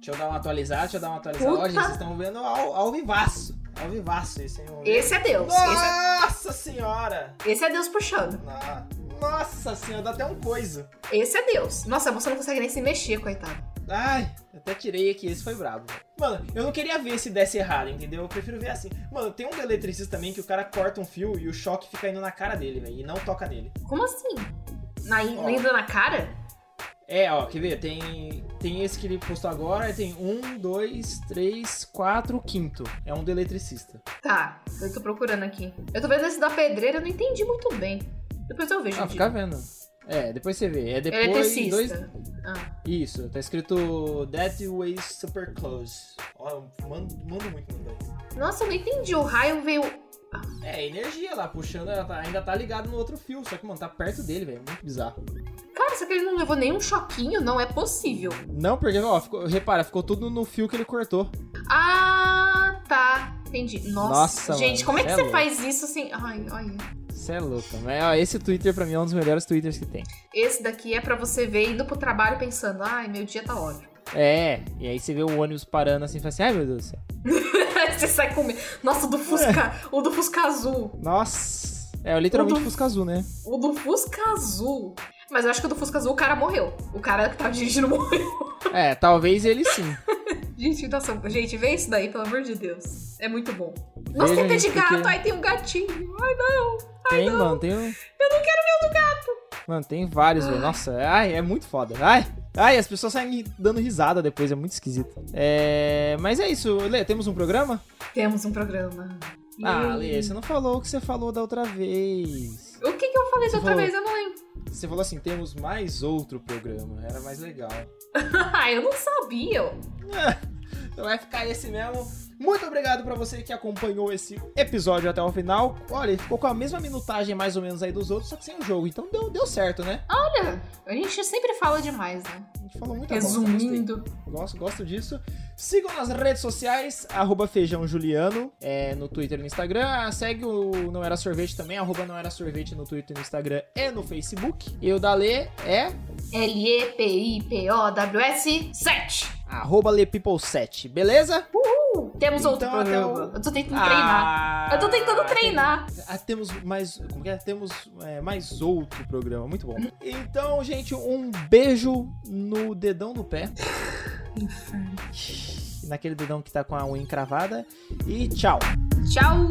Speaker 1: Deixa eu dar uma atualizada, deixa eu dar uma atualizada. Ó,
Speaker 2: Puta.
Speaker 1: gente, vocês estão vendo ao, ao vivaço. Ao vivaço esse aí. vamos ver.
Speaker 2: Esse é Deus.
Speaker 1: Ah!
Speaker 2: Esse
Speaker 1: Nossa senhora!
Speaker 2: é, esse é Deus puxando.
Speaker 1: Na- Nossa senhora, dá até um coisa.
Speaker 2: Esse é Deus. Nossa, a moça não consegue nem se mexer, coitado.
Speaker 1: Ai, até tirei aqui, esse foi brabo. Mano, eu não queria ver se desse errado, entendeu? Eu prefiro ver assim. Mano, tem um do eletricista também que o cara corta um fio e o choque fica indo na cara dele, velho, e não toca nele.
Speaker 2: Como assim? Na,
Speaker 1: Ó.
Speaker 2: Indo na cara?
Speaker 1: É, ó, quer ver? Tem, tem esse que ele postou agora, aí tem um, dois, três, quatro, quinto. É um do eletricista.
Speaker 2: Tá, eu tô procurando aqui. Eu tô vendo esse da pedreira, eu não entendi muito bem. Depois eu vejo.
Speaker 1: Ah,
Speaker 2: gente.
Speaker 1: fica vendo. É, depois você vê. É depois dois,
Speaker 2: Eletricista. Ah,
Speaker 1: Isso, tá escrito That Way Super Close. Ó, eu mando, mando muito no inglês.
Speaker 2: Nossa, eu não entendi. O raio veio.
Speaker 1: É, energia lá, puxando, ela tá- ainda tá ligado no outro fio, só que, mano, tá perto dele, velho. Muito bizarro.
Speaker 2: Cara, será que ele não levou nenhum choquinho? Não é possível.
Speaker 1: Não, porque, ó, ficou- repara, ficou tudo no fio que ele cortou.
Speaker 2: Ah, tá. Entendi.
Speaker 1: Nossa,
Speaker 2: Nossa. gente,
Speaker 1: mano,
Speaker 2: como é que
Speaker 1: cê é
Speaker 2: você
Speaker 1: louco.
Speaker 2: faz isso assim? Ai, olha.
Speaker 1: Cê é louco, mas ó, esse Twitter pra mim é um dos melhores Twitters que tem.
Speaker 2: Esse daqui é pra você ver indo pro trabalho pensando, ai, meu dia tá ótimo. [laughs]
Speaker 1: É, e aí você vê o ônibus parando assim e fala assim, ai meu Deus do céu.
Speaker 2: você sai comendo. Nossa, o do Fusca.
Speaker 1: É.
Speaker 2: O do Fusca azul.
Speaker 1: Nossa! É, eu literalmente
Speaker 2: Uhum.
Speaker 1: Fusca Azul, né?
Speaker 2: O do Fusca azul. Mas eu acho que o do Fusca azul o cara morreu. O cara que tava dirigindo morreu.
Speaker 1: É, talvez ele sim.
Speaker 2: Gente, nossa, gente, vê isso daí, pelo amor de Deus. É muito bom. Nossa,
Speaker 1: Veja,
Speaker 2: tem pé de
Speaker 1: gente,
Speaker 2: gato,
Speaker 1: porque-
Speaker 2: aí tem um gatinho. Ai, não.
Speaker 1: Tem, mano, tem um... Eu não quero ver o do gato! Mano, tem vários, velho. Nossa, ai, é muito foda. Ai, ai, as pessoas saem dando risada depois, é muito esquisito. É... Mas é isso, Lê, temos um programa?
Speaker 2: Temos um programa.
Speaker 1: Ah,
Speaker 2: Yay.
Speaker 1: Lê, você não falou o que você falou da outra vez.
Speaker 2: O que, que eu falei
Speaker 1: é Você
Speaker 2: da outra
Speaker 1: falou-
Speaker 2: vez? Eu não lembro. [laughs]
Speaker 1: Você falou assim, temos mais outro programa, era mais legal.
Speaker 2: Ah, eu não sabia.
Speaker 1: Então vai ficar esse mesmo. Muito obrigado pra você que acompanhou esse episódio até o final. Olha, ficou com a mesma minutagem mais ou menos aí dos outros, só que sem o jogo. Então deu, deu certo, né?
Speaker 2: Olha, a gente sempre fala demais, né?
Speaker 1: A gente falou muito
Speaker 2: Resumindo.
Speaker 1: Gosto, gosto disso. Sigam nas redes sociais, arroba feijão juliano, é, no Twitter e no Instagram. Ah, Segue o Não Era Sorvete também, arroba Não Era Sorvete no Twitter, no Instagram e no Facebook. E o da Lê é
Speaker 2: L-E-P-I-P-O-W-S 7.
Speaker 1: arroba LePeople7, beleza?
Speaker 2: Uh, temos outro
Speaker 1: Então,
Speaker 2: programa.
Speaker 1: eu-
Speaker 2: Eu tô tentando treinar. Eu tô tentando
Speaker 1: Ah,
Speaker 2: treinar.
Speaker 1: Ah, temos mais. Como que é? Temos é, mais outro programa. Muito bom. Então, gente, um beijo no dedão do pé. Naquele dedão que tá com a unha encravada. E tchau.
Speaker 2: Tchau.